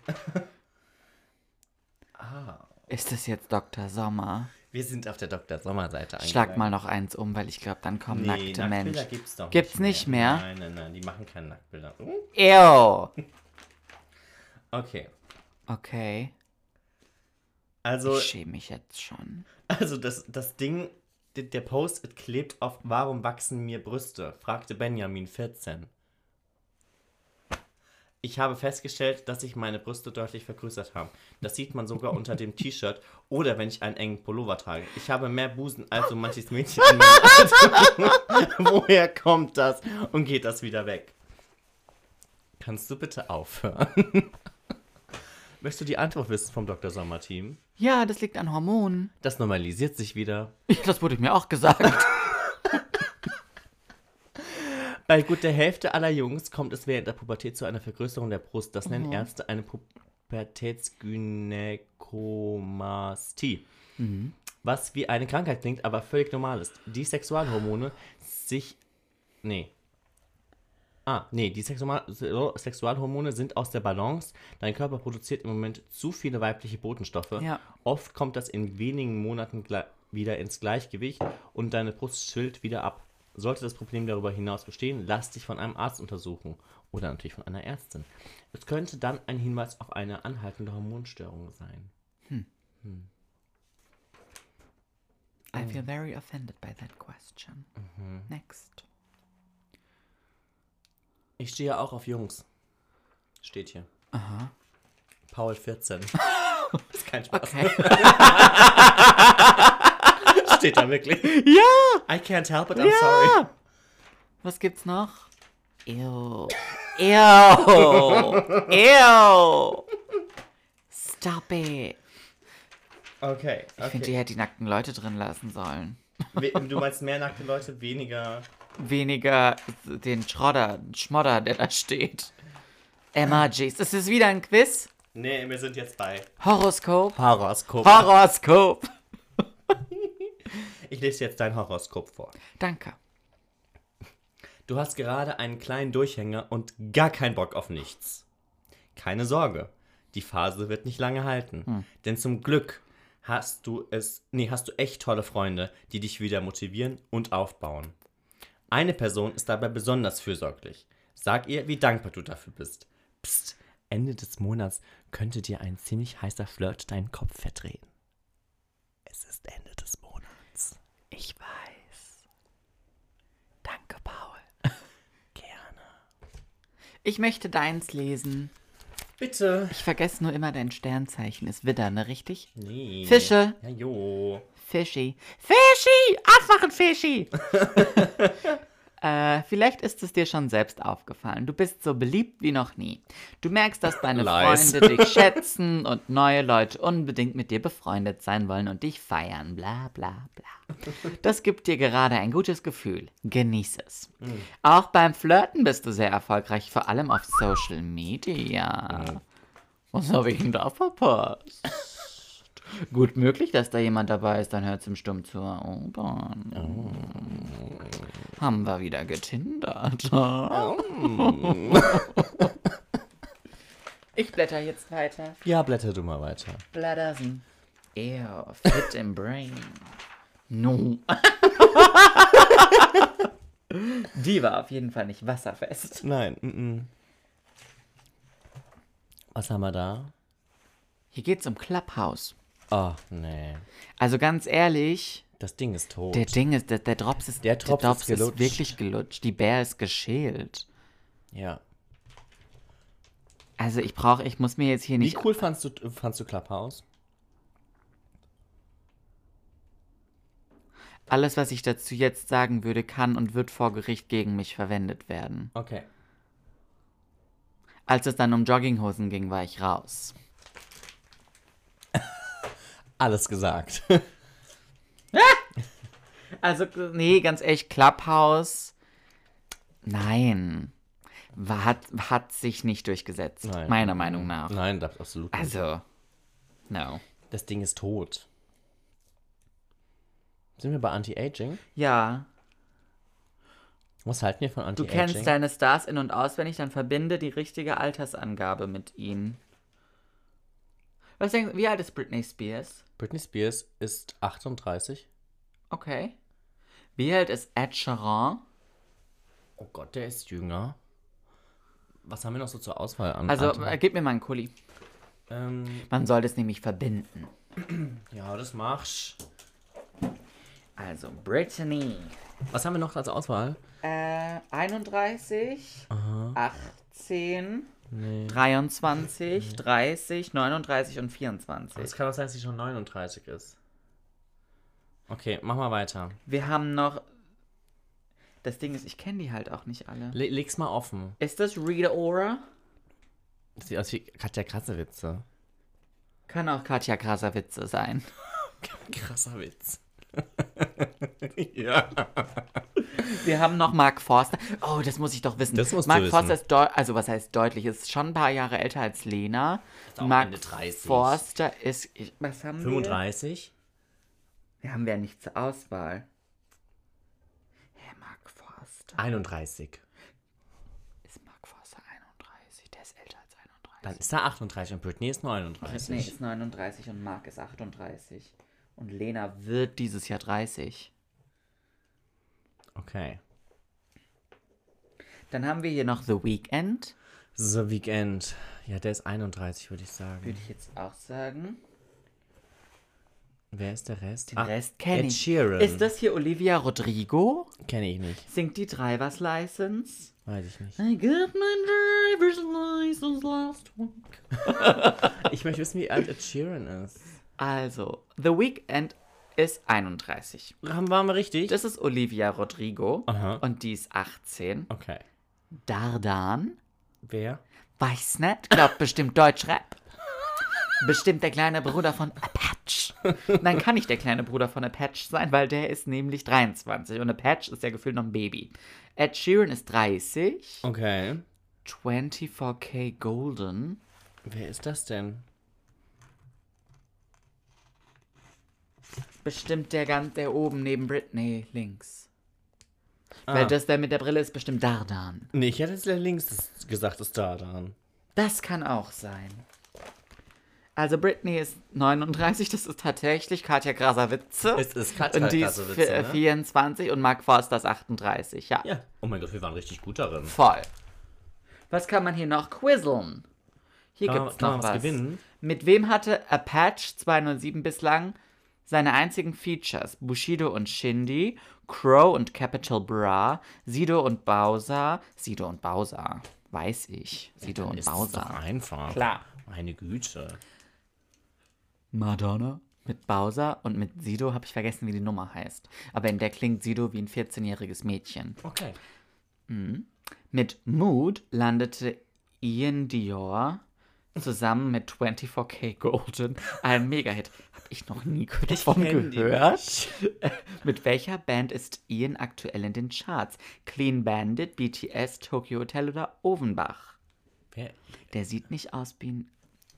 S1: Ist das jetzt Dr. Sommer?
S2: Wir sind auf der Dr. Sommer-Seite
S1: Schlag mal noch eins um, weil ich glaube, dann kommen nackte
S2: Nacktbilder
S1: Menschen.
S2: gibt's doch
S1: Gibt's nicht mehr?
S2: Nein, nein, nein, die machen keine Nacktbilder. Hm?
S1: Ew.
S2: Okay.
S1: Okay.
S2: Also,
S1: Ich schäme mich jetzt schon.
S2: [LAUGHS] also das, das Ding, der, der Post it klebt auf Warum wachsen mir Brüste? fragte Benjamin 14. Ich habe festgestellt, dass sich meine Brüste deutlich vergrößert haben. Das sieht man sogar unter dem T-Shirt oder wenn ich einen engen Pullover trage. Ich habe mehr Busen als so manches Mädchen in [LAUGHS] meinem Alter. Woher kommt das? Und geht das wieder weg? Kannst du bitte aufhören? [LAUGHS] Möchtest du die Antwort wissen vom Dr. Sommer-Team?
S1: Ja, das liegt an Hormonen. [LAUGHS]
S2: Das normalisiert sich wieder.
S1: Das wurde mir auch gesagt.
S2: Bei gut der Hälfte aller Jungs kommt es während der Pubertät zu einer Vergrößerung der Brust. Das nennen Ärzte eine Pubertätsgynäkomastie. Was wie eine Krankheit klingt, aber völlig normal ist. Die Sexualhormone sich Nee. Ah, nee, die Sexual so- Sexualhormone sind aus der Balance. Dein Körper produziert im Moment zu viele weibliche Botenstoffe.
S1: Ja.
S2: Oft kommt das in wenigen Monaten gle- wieder ins Gleichgewicht und deine Brust schwillt wieder ab. Sollte das Problem darüber hinaus bestehen, lass dich von einem Arzt untersuchen oder natürlich von einer Ärztin. Es könnte dann ein Hinweis auf eine anhaltende Hormonstörung sein.
S1: I feel very offended by that question. Next. [LAUGHS]
S2: Ich stehe auch auf Jungs. Steht hier. Aha.
S1: [LAUGHS]
S2: Paul 14. ist kein Spaß.
S1: Okay.
S2: Steht da wirklich.
S1: ja!
S2: I can't help it, I'm sorry.
S1: Was gibt's noch? Ew. Ew. Ew. Stop it.
S2: Okay,
S1: Ich finde,
S2: okay.
S1: die hätte die nackten Leute drin lassen sollen.
S2: We- Du meinst mehr nackte Leute, weniger.
S1: Weniger den Schrodder, Schmodder, der da steht. Emojis. Es ist wieder ein Quiz.
S2: Nee, wir sind jetzt bei
S1: Horoskop.
S2: Horoskop.
S1: Horoskop.
S2: ich lese jetzt dein Horoskop vor.
S1: Danke.
S2: Du hast gerade einen kleinen Durchhänger und gar keinen Bock auf nichts. Keine Sorge, die Phase wird nicht lange halten. Denn zum Glück hast du es, nee, hast du echt tolle Freunde, die dich wieder motivieren und aufbauen. Eine Person ist dabei besonders fürsorglich. Sag ihr, wie dankbar du dafür bist. Psst, Ende des Monats könnte dir ein ziemlich heißer Flirt deinen Kopf verdrehen. Es ist Ende des Monats.
S1: Ich weiß. Danke, Paul. [LAUGHS]
S2: Gerne.
S1: Ich möchte deins lesen.
S2: Bitte.
S1: Ich vergesse nur immer, dein Sternzeichen ist Widder, ne, richtig?
S2: Nee.
S1: Fische.
S2: Ja, jo.
S1: Fischi. Fischi! Aufwachen, Fischi! äh, vielleicht ist es dir schon selbst aufgefallen. Du bist so beliebt wie noch nie. Du merkst, dass deine
S2: Lies.
S1: Freunde dich schätzen und neue Leute unbedingt mit dir befreundet sein wollen und dich feiern. Bla, bla, bla. Das gibt dir gerade ein gutes Gefühl. Genieß es. Auch beim Flirten bist du sehr erfolgreich, vor allem auf Social Media. Was habe ich denn da verpasst? Gut möglich, dass da jemand dabei ist, dann hört's im Sturm zur U-Bahn. Haben wir wieder getindert. ich blätter jetzt weiter.
S2: Ja, blätter du mal weiter.
S1: Blättersen. Ew, fit im Brain. No. Die war auf jeden Fall nicht wasserfest.
S2: Nein. mm, mm. Was haben wir da?
S1: Hier geht's um Clubhouse.
S2: Oh, nee.
S1: Also ganz ehrlich,
S2: Das Ding ist tot.
S1: der Ding ist, der, der Drops ist,
S2: Der Drops ist gelutscht.
S1: wirklich gelutscht. Die Bär ist geschält.
S2: ja.
S1: Also ich brauche, ich muss mir jetzt hier
S2: Wie
S1: nicht.
S2: cool fandst du, fandst du Clubhouse?
S1: Alles, was ich dazu jetzt sagen würde, kann und wird vor Gericht gegen mich verwendet werden.
S2: Okay.
S1: Als es dann um Jogginghosen ging, war ich raus.
S2: Alles gesagt. [LAUGHS]
S1: Also, nee, ganz ehrlich, Clubhouse. Nein. War, hat, hat sich nicht durchgesetzt,
S2: Nein.
S1: meiner Meinung nach.
S2: Nein, das absolut nicht.
S1: Also, no.
S2: Das Ding ist tot. Sind wir bei Anti-Aging?
S1: Ja,
S2: Was halten wir von
S1: du
S2: Anti-Aging?
S1: kennst deine Stars in- und auswendig, dann verbinde die richtige Altersangabe mit ihnen. Was denkst wie alt ist Britney Spears?
S2: Britney Spears ist 38.
S1: Okay. Wie alt ist Ed Sheeran?
S2: Oh Gott, der ist jünger. Was haben wir noch so zur Auswahl an?
S1: Also,
S2: Anti-
S1: äh, gib mir mal einen Kuli.
S2: ähm,
S1: Man soll das nämlich verbinden.
S2: ja, das machst.
S1: Also, Brittany.
S2: Was haben wir noch als Auswahl?
S1: Äh, 31, 18, 23, 30, 39 und 24.
S2: Es kann auch sein, dass sie schon 39 ist. Okay, mach mal weiter.
S1: Wir haben noch. Das Ding ist, ich kenne die halt auch nicht alle.
S2: Le leg's mal offen. also,
S1: Ist das Rita Ora?
S2: Sieht aus wie Katja Krassewitze.
S1: Kann auch Katja Krasavitze sein.
S2: Krasser Witz. [LAUGHS] ja.
S1: Wir haben noch Mark Forster. Oh, das muss ich doch wissen.
S2: Das musst du
S1: Mark
S2: wissen.
S1: Forster ist, deu also was heißt deutlich, ist schon ein paar Jahre älter als Lena.
S2: auch
S1: Mark
S2: Ende 30.
S1: Forster ist, ich, was haben wir?
S2: 35?
S1: Wir haben ja nichts zur Auswahl. Hä, Mark Forster. Hälfte.
S2: 31.
S1: Ist Mark Forster 31? Der ist älter als 31.
S2: Dann ist er 38 und Britney ist
S1: Nee,
S2: 39.
S1: ist 39 und Mark ist 38. Und Lena wird dieses Jahr 30.
S2: Okay.
S1: Dann haben wir hier noch The Weeknd,
S2: The Weekend. Ja, der ist 31, würde ich sagen.
S1: würde ich jetzt auch sagen.
S2: Wer ist der Rest? Ah,
S1: Den Rest kenne
S2: Ed
S1: ich.
S2: Sheeran.
S1: Ist das hier Olivia Rodrigo?
S2: Kenne ich nicht.
S1: Singt die Drivers License?
S2: Weiß ich
S1: [LAUGHS]
S2: nicht.
S1: I got my driver's license last week.
S2: Ich möchte wissen, wie alt Ed Sheeran ist.
S1: Also, The Weeknd ist 31.
S2: Haben- Waren wir richtig?
S1: Das ist Olivia Rodrigo
S2: Aha.
S1: und die ist 18.
S2: okay.
S1: Dardan?
S2: Wer?
S1: Weiß nicht, glaubt bestimmt Deutschrap. Bestimmt der kleine Bruder von Apache. Nein, kann nicht der kleine Bruder von Apache sein, weil der ist nämlich 23 und Apache ist ja gefühlt noch ein Baby. Ed Sheeran ist 30.
S2: Okay.
S1: 24K Golden.
S2: Wer ist das denn?
S1: Bestimmt der ganz, der oben neben Britney links.
S2: Ah.
S1: Weil das der mit der Brille ist, bestimmt Dardan.
S2: Nee, ich hätte jetzt links das- gesagt, ist da dran.
S1: Das kann auch sein. Also Britney ist 39, das ist tatsächlich Katja Krasavice.
S2: Es ist Katja
S1: Und die ist
S2: Krasavice,
S1: vi-
S2: ne?
S1: 24 und Mark Forster ist 38, ja.
S2: Ja. Oh mein Gott, wir waren richtig gut darin.
S1: Voll. Was kann man hier noch quizzeln? Hier
S2: Kann man-
S1: gibt's
S2: kann
S1: noch
S2: man was
S1: was.
S2: gewinnen?
S1: Mit wem hatte Apache 207 bislang seine einzigen Features? Bushido und Shindy, Crow und Capital Bra, Sido und Bowser. Sido und Bowser, weiß ich. Sido und
S2: Ist das doch
S1: Bowser.
S2: einfach.
S1: Klar.
S2: Meine Güte.
S1: Madonna. Mit Bowser und mit Sido habe ich vergessen, wie die Nummer heißt. Aber in der klingt Sido wie ein 14-jähriges Mädchen.
S2: Okay.
S1: Mit Mood landete Ian Dior zusammen mit 24K Golden. Ein Mega-Hit. Hab ich noch nie davon
S2: kenn die
S1: gehört. [LAUGHS] mit welcher Band ist Ian aktuell in den Charts? Clean Bandit, BTS, Tokyo Hotel oder Ovenbach?
S2: Wer?
S1: Der sieht nicht aus wie ein.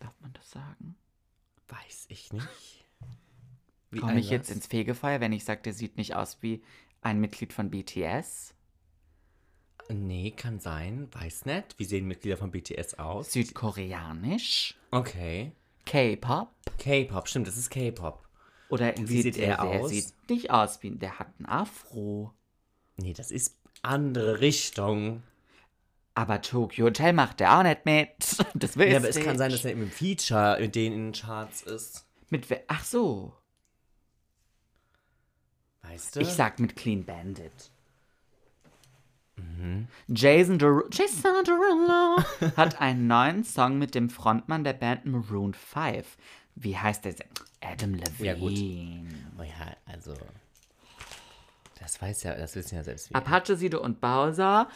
S1: Darf man das sagen?
S2: Weiß ich nicht. Wie
S1: Komme ich
S2: ein
S1: jetzt
S2: was?
S1: ins Fegefeuer, wenn ich sage, der sieht nicht aus wie ein Mitglied von BTS?
S2: Nee, kann sein. Weiß nicht. Wie sehen Mitglieder von BTS aus?
S1: Südkoreanisch?
S2: Okay.
S1: K-Pop?
S2: K-Pop, stimmt, das ist K-Pop.
S1: Oder
S2: Wie sieht
S1: der,
S2: er
S1: Der
S2: aus?
S1: sieht nicht aus wie der hat einen Afro.
S2: Nee, das ist andere Richtung.
S1: Aber Tokyo Hotel macht der auch nicht mit. [LAUGHS] Das will
S2: Ja,
S1: ich.
S2: aber es kann sein, dass er eben im Feature mit denen in den Charts ist.
S1: mit we- Ach so.
S2: Weißt du?
S1: Ich sag mit Clean Bandit.
S2: Mhm.
S1: Jason Derulo, Jason Derulo [LAUGHS] hat einen neuen Song mit dem Frontmann der Band Maroon 5. Wie heißt der? denn? Adam Levine.
S2: Ja, gut. Oh ja, also. Das weiß ja, das wissen ja selbst wir. Oh
S1: Apache, Sido und Bowser.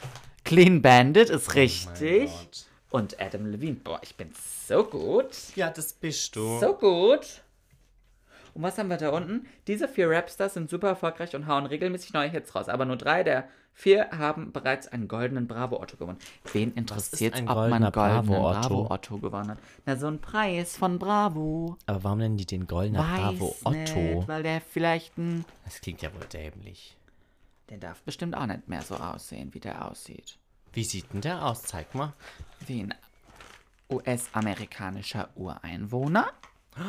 S1: Clean Bandit ist richtig.
S2: Gott.
S1: und Adam Levine. Boah, ich bin so gut.
S2: Ja, das bist du.
S1: So gut. Und was haben wir da unten? Diese vier Rapstars sind super erfolgreich und hauen regelmäßig neue Hits raus. Aber nur drei der vier haben bereits einen goldenen Bravo-Otto gewonnen. Wen interessiert,
S2: ein
S1: ob man
S2: goldener
S1: einen goldenen
S2: Bravo-Otto?
S1: Bravo-Otto gewonnen hat? Na, so ein Preis von Bravo.
S2: Aber warum nennen die den Goldener
S1: Weiß
S2: Bravo Otto?
S1: Nicht, weil der vielleicht ein...
S2: Das klingt ja wohl dämlich.
S1: Der darf bestimmt auch nicht mehr so aussehen, wie der aussieht.
S2: Wie sieht denn der aus? Zeig mal.
S1: Wie ein US-amerikanischer
S2: [GASPS]
S1: Ureinwohner? Ja.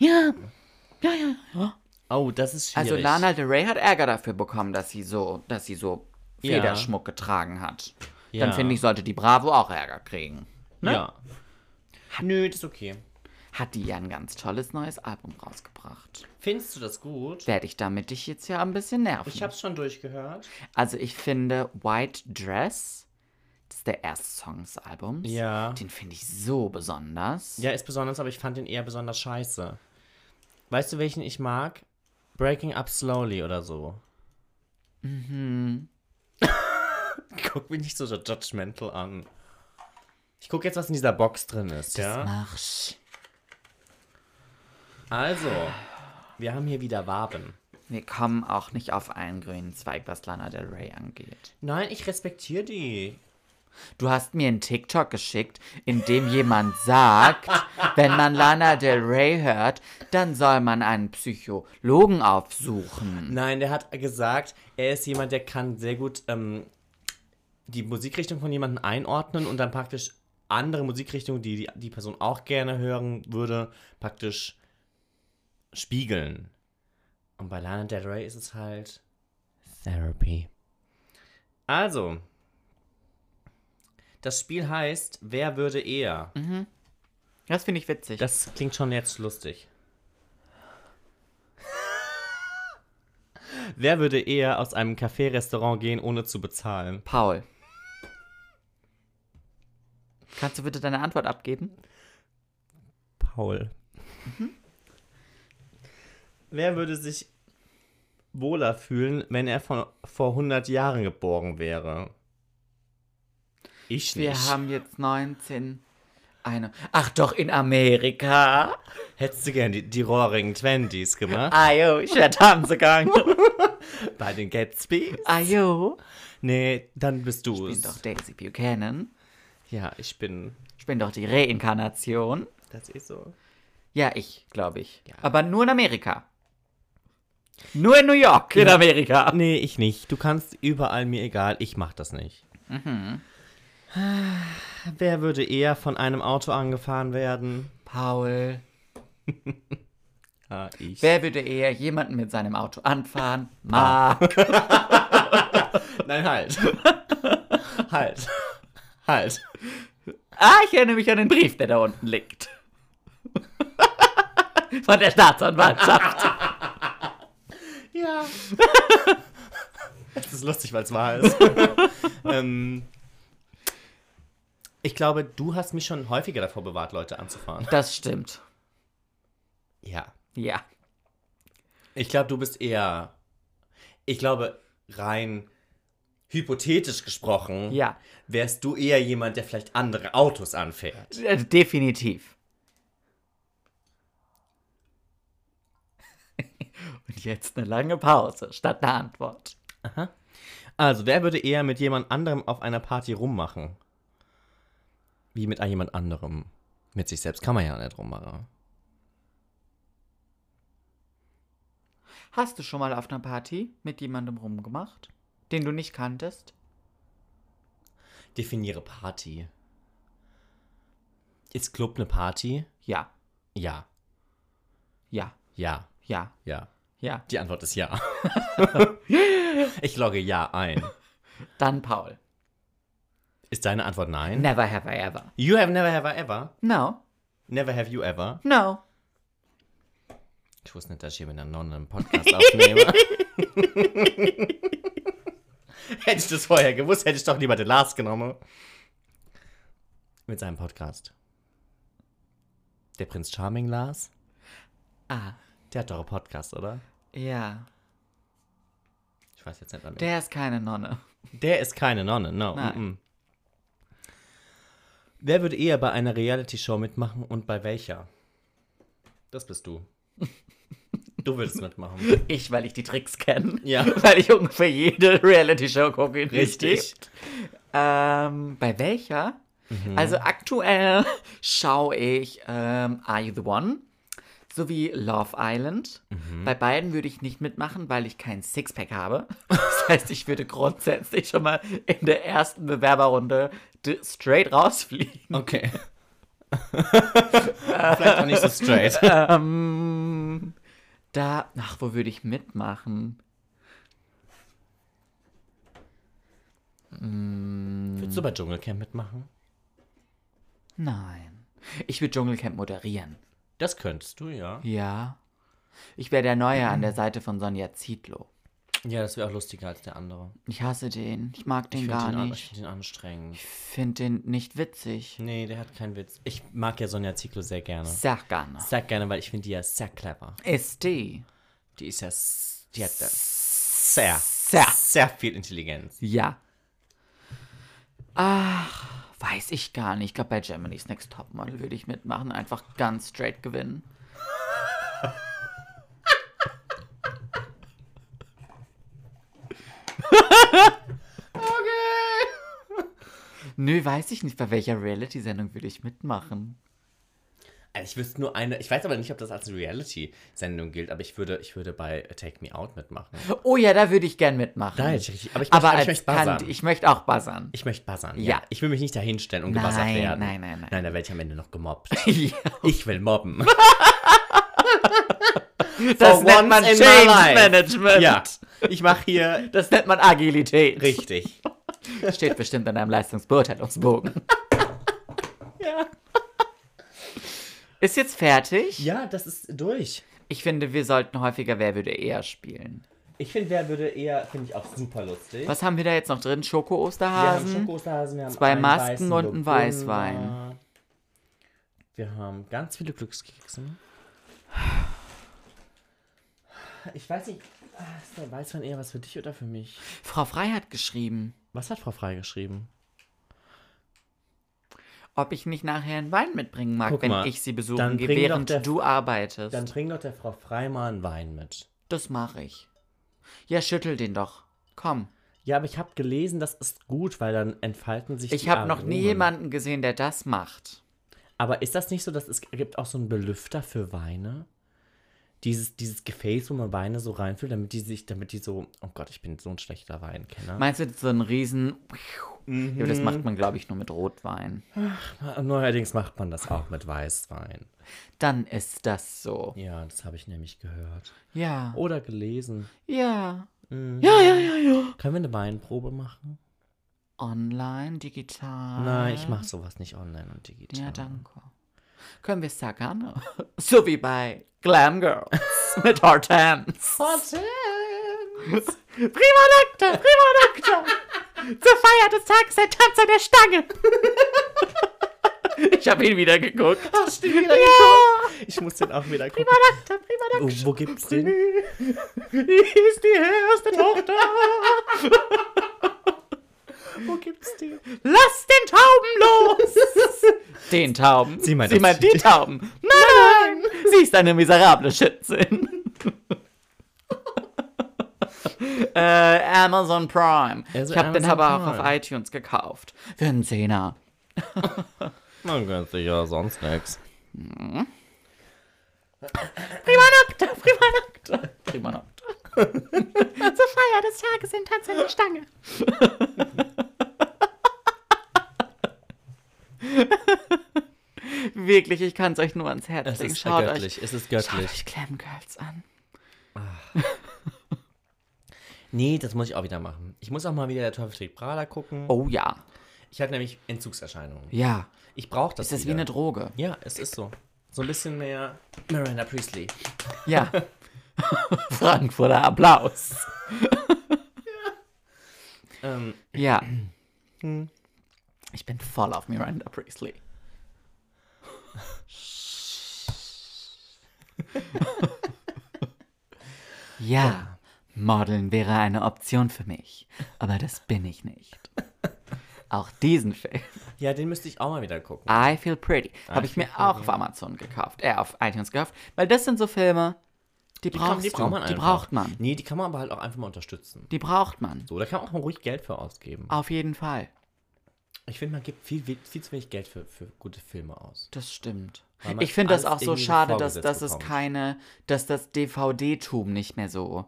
S1: Ja, ja, ja.
S2: Oh, das ist schwierig.
S1: Also Lana Del Rey hat Ärger dafür bekommen, dass sie so, dass sie so
S2: Ja.
S1: Federschmuck getragen hat.
S2: Ja.
S1: Dann finde ich, sollte die Bravo auch Ärger kriegen.
S2: Ja. ne? Nö, das ist okay.
S1: Hat die ja ein ganz tolles neues Album rausgebracht.
S2: Findest du das gut?
S1: Werde ich damit dich jetzt ja ein bisschen nerven.
S2: Ich hab's schon durchgehört.
S1: also ich finde White Dress, das ist der erste Song des Albums.
S2: Ja.
S1: Den finde ich so besonders.
S2: Ja, ist besonders, aber ich fand den eher besonders scheiße. Weißt du, welchen ich mag? Breaking Up Slowly oder so. Mhm. [LAUGHS] Guck mich nicht so judgmental an. Ich guck jetzt, was in dieser Box drin ist, ja?
S1: Marsch.
S2: Also, wir haben hier wieder Waben.
S1: Wir kommen auch nicht auf einen grünen Zweig, was Lana Del Rey angeht.
S2: Nein, ich respektiere die.
S1: Du hast mir einen TikTok geschickt, in dem jemand sagt, wenn man Lana Del Rey hört, dann soll man einen Psychologen aufsuchen.
S2: Nein, der hat gesagt, er ist jemand, der kann sehr gut ähm, die Musikrichtung von jemandem einordnen und dann praktisch andere Musikrichtungen, die, die die Person auch gerne hören würde, praktisch spiegeln. Und bei Lana Del Rey ist es halt Therapy. Also, das Spiel heißt Wer würde eher?
S1: Das finde ich witzig.
S2: Das klingt schon jetzt lustig. Wer würde eher aus einem Café-Restaurant gehen, ohne zu bezahlen?
S1: Paul. Kannst du bitte deine Antwort abgeben?
S2: Paul. Mhm. Wer würde sich wohler fühlen, wenn er von, vor 100 Jahren geboren wäre? Ich
S1: Wir
S2: nicht.
S1: haben jetzt 19. Eine. Ach doch, in Amerika.
S2: Hättest du gern die, die Roaring Twenties gemacht?
S1: Ayo, ich werde Ah, haben gegangen.
S2: [LAUGHS] Bei den Gatsby?
S1: Ayo.
S2: Nee, dann bist du
S1: Ich bin doch
S2: es.
S1: Daisy Buchanan.
S2: Ja, ich bin.
S1: Ich bin doch die Reinkarnation.
S2: Das ist so.
S1: Ja, ich, glaube ich. Aber nur in Amerika. Nur in New York. In Amerika.
S2: Genau. Nee, ich nicht. Du kannst überall mir egal, ich mach das nicht. Mhm. Wer würde eher von einem Auto angefahren werden?
S1: Paul.
S2: Ah, ich.
S1: Wer würde eher jemanden mit seinem Auto [LAUGHS] anfahren? Ma.
S2: Nein, [LAUGHS] halt. halt. Halt.
S1: Ah, ich erinnere mich an den Brief, der da unten liegt. [LAUGHS] Von der Staatsanwaltschaft.
S2: Ja. das ist lustig, weil [LAUGHS] es wahr [LAUGHS] ist. ähm, ich glaube, du hast mich schon häufiger davor bewahrt, Leute anzufahren.
S1: [LAUGHS] Das stimmt.
S2: Ja.
S1: Ja.
S2: Ich glaube, du bist eher. Ich glaube, rein hypothetisch gesprochen,
S1: Ja.
S2: wärst du eher jemand, der vielleicht andere Autos anfährt.
S1: Äh, Definitiv. [LAUGHS] Und jetzt eine lange Pause statt einer Antwort.
S2: Also, wer würde eher mit jemand anderem auf einer Party rummachen? Wie mit jemand anderem. Mit sich selbst kann man ja nicht rummachen.
S1: Hast du schon mal auf einer Party mit jemandem rumgemacht, den du nicht kanntest?
S2: Definiere Party. Ist Club eine Party?
S1: Ja,
S2: Ja.
S1: ja,
S2: Ja.
S1: ja,
S2: Ja.
S1: ja.
S2: Die Antwort ist [LAUGHS] ja. ich logge ja ein.
S1: Dann Paul.
S2: Ist deine Antwort nein?
S1: Never have I ever.
S2: You have never have I ever.
S1: No,
S2: Never have you ever.
S1: no.
S2: Ich wusste nicht, dass ich hier mit einer Nonne einen Podcast aufnehme. [LAUGHS] hätte ich das vorher gewusst, hätte ich doch lieber den Lars genommen. Mit seinem Podcast. Der Prinz Charming Lars,
S1: Ah,
S2: der hat doch einen Podcast, oder?
S1: ja.
S2: Ich weiß jetzt nicht, an wen.
S1: Der ist keine Nonne.
S2: Der ist keine Nonne, no.
S1: Nein.
S2: mm-mm. Wer würde eher bei einer Reality-Show mitmachen und bei welcher? Das bist du. Du würdest mitmachen.
S1: Ich, weil ich die Tricks kenne.
S2: Ja.
S1: [LAUGHS] Weil ich ungefähr jede Reality-Show gucke. Richtig.
S2: [LAUGHS] Richtig.
S1: Ähm, bei welcher?
S2: Mhm.
S1: Also aktuell [LAUGHS] schaue ich ähm, Are You the One sowie Love Island.
S2: Mhm.
S1: Bei beiden würde ich nicht mitmachen, weil ich kein Sixpack habe. [LAUGHS] Das heißt, ich würde grundsätzlich schon mal in der ersten Bewerberrunde d- straight rausfliegen.
S2: Okay. [LAUGHS] Vielleicht auch nicht so straight. [LAUGHS]
S1: Ähm, da, ach, wo würde ich mitmachen?
S2: Würdest du bei Dschungelcamp mitmachen?
S1: Nein. Ich würde Dschungelcamp moderieren.
S2: Das könntest du, ja. Mhm.
S1: Ja. Ich wäre der Neue an der Seite von Sonja Zietlow.
S2: Ja, das wäre auch lustiger als der andere.
S1: Ich hasse den. Ich mag den
S2: Ich finde
S1: gar
S2: den, an- ich
S1: nicht.
S2: find den anstrengend.
S1: Ich finde den nicht witzig.
S2: Nee, der hat keinen Witz. Ich mag ja Sonja Ziklo sehr gerne.
S1: Sag gar nicht.
S2: Sehr gerne, weil ich finde die ja sehr clever.
S1: Ist die.
S2: Die ist ja. s- Die hat da
S1: Sehr.
S2: sehr, sehr, sehr viel Intelligenz.
S1: Ja. Ach, weiß ich gar nicht. Ich glaube, bei Germany's Next Topmodel würde ich mitmachen. Einfach ganz straight gewinnen. Nö, weiß ich nicht. Bei welcher Reality-Sendung würde ich mitmachen?
S2: Also ich wüsste nur eine, ich weiß aber nicht, ob das als Reality-Sendung gilt, aber ich würde, ich würde bei Take Me Out mitmachen.
S1: Oh ja, da würde ich gern mitmachen.
S2: Da hätte ich richtig, aber ich möchte,
S1: aber
S2: aber
S1: als
S2: ich möchte
S1: Kant-
S2: buzzern. Ich,
S1: ich möchte auch buzzern.
S2: möchte buzzern, ja.
S1: Ja.
S2: Ich will mich nicht dahinstellen und gebuzzert
S1: Nein,
S2: werden.
S1: nein, nein, nein.
S2: Nein, da werde ich am Ende noch gemobbt.
S1: [LAUGHS] Ja.
S2: ich will mobben.
S1: Das
S2: For
S1: nennt man
S2: once in my
S1: Change
S2: life.
S1: Management.
S2: ja, ich mache hier
S1: [LAUGHS] Das nennt man Agilität.
S2: [LAUGHS] richtig.
S1: Steht bestimmt in einem
S2: [LAUGHS]
S1: Leistungsbeurteilungsbogen.
S2: Ja.
S1: Ist jetzt fertig?
S2: ja, das ist durch.
S1: Ich finde, wir sollten häufiger Wer würde eher spielen.
S2: Ich finde, wer würde eher, finde ich auch super lustig.
S1: Was haben wir da jetzt noch drin?
S2: Wir haben
S1: Schoko-Osterhasen?
S2: Schokosasen, wir haben
S1: zwei
S2: einen
S1: Masken
S2: weißen
S1: und einen
S2: Burgunder.
S1: Weißwein.
S2: Wir haben ganz viele Glückskekse. Ich weiß nicht, ah, ist der Weißwein eher was für dich oder für mich?
S1: Frau Frei hat geschrieben,
S2: Was hat Frau Frei geschrieben?
S1: ob ich nicht nachher einen Wein mitbringen mag,
S2: Guck
S1: wenn
S2: mal,
S1: ich sie besuchen
S2: dann
S1: gehe,
S2: bring doch
S1: während
S2: der-
S1: du arbeitest.
S2: Dann trink doch der Frau Frei mal einen Wein mit.
S1: das mache ich. Ja, schüttel den doch. Komm.
S2: Ja, aber ich habe gelesen, das ist gut, weil dann entfalten sich
S1: Ich
S2: die
S1: habe noch
S2: Aromen.
S1: nie jemanden gesehen, der das macht.
S2: Aber ist das nicht so, dass es gibt auch so einen Belüfter für Weine? Dieses, dieses Gefäß, wo man Weine so reinfüllt, damit die sich, damit die so, oh Gott, ich bin so ein schlechter Weinkenner.
S1: Meinst du so einen riesen...
S2: Mhm.
S1: Ja, das macht man, glaube ich, nur mit Rotwein.
S2: Ah, Neuerdings macht man das auch mit Weißwein.
S1: Dann ist das so.
S2: Ja, das habe ich nämlich gehört.
S1: Ja. Mhm.
S2: Oder gelesen.
S1: Ja.
S2: Können wir eine Weinprobe machen?
S1: Online, digital.
S2: Nein, ich mache sowas nicht online und digital.
S1: Ja, danke. Können wir Sagano? [LAUGHS] So wie bei Glam [LAUGHS] Girls mit Hot Hands. Hot Hands. [LAUGHS] Prima Nocte, prima Nocte. Zur Feier des Tages der Tanz an der [LAUGHS] Stange. Ich habe ihn wieder geguckt. Hast du wieder ja.
S2: Ich muss den auch wieder gucken.
S1: geguckt? Prima Nocte.
S2: Wo, wo gibt's
S1: Oh, [LAUGHS]
S2: den?
S1: ist die erste Tochter.
S2: Wo gibt's den?
S1: Lass den Tauben los. [LAUGHS] Den Tauben?
S2: Sie meint
S1: Sie
S2: das-
S1: meint die Tauben.
S2: [LAUGHS]
S1: Nein, nein. Sie ist eine miserable Schützin.
S2: [LAUGHS]
S1: äh, Amazon Prime.
S2: Also
S1: ich habe den
S2: Amazon
S1: aber auch auf
S2: Prime.
S1: iTunes gekauft. Für einen Zehner.
S2: Man gönnt sich ja sonst nichts.
S1: Prima noch.
S4: [LAUGHS] Zur Feier des Tages in Tanz an der Stange.
S1: [LAUGHS] Wirklich, ich kann es euch nur ans Herz
S2: Es
S1: legen.
S2: ist
S1: Schaut euch,
S2: göttlich, es ist
S1: schaut
S2: göttlich.
S1: euch Glam Girls an.
S2: Nee, das muss ich auch wieder machen. Ich muss auch mal wieder der Teufel trägt Prada gucken.
S1: Oh ja.
S2: Ich hatte nämlich Entzugserscheinungen.
S1: Ja.
S2: Ich brauche das
S1: Ist das wie
S2: wieder.
S1: eine Droge?
S2: Ja, es ist so. So ein bisschen mehr Miranda Priestley. [LAUGHS]
S1: Ja. Frankfurter Applaus.
S2: Ähm,
S1: Ja. Hm. Ich bin voll auf Miranda [LAUGHS] Priestley. ja, Modeln wäre eine Option für mich, aber das bin ich nicht. Auch diesen Film,
S2: ja, den müsste ich auch mal wieder gucken.
S1: I Feel Pretty, habe ich
S2: Feel
S1: mir auch auf Amazon gekauft, äh, auf iTunes gekauft, weil das sind so Filme, die,
S2: Die kann-
S1: brauchst
S2: die braucht
S1: du,
S2: man
S1: die
S2: einfach.
S1: braucht man,
S2: Nee, die kann man aber halt auch einfach mal unterstützen.
S1: die braucht man,
S2: So, da kann man auch mal ruhig Geld für ausgeben.
S1: auf jeden Fall.
S2: Ich finde, man gibt viel, viel zu wenig Geld für, für gute Filme aus.
S1: Das stimmt.
S2: Weil man
S1: Ich finde das
S2: alles
S1: auch so
S2: irgendwie
S1: schade, dass,
S2: vorgesetzt
S1: dass es
S2: bekommt.
S1: keine, dass das DVD-Tum nicht mehr so.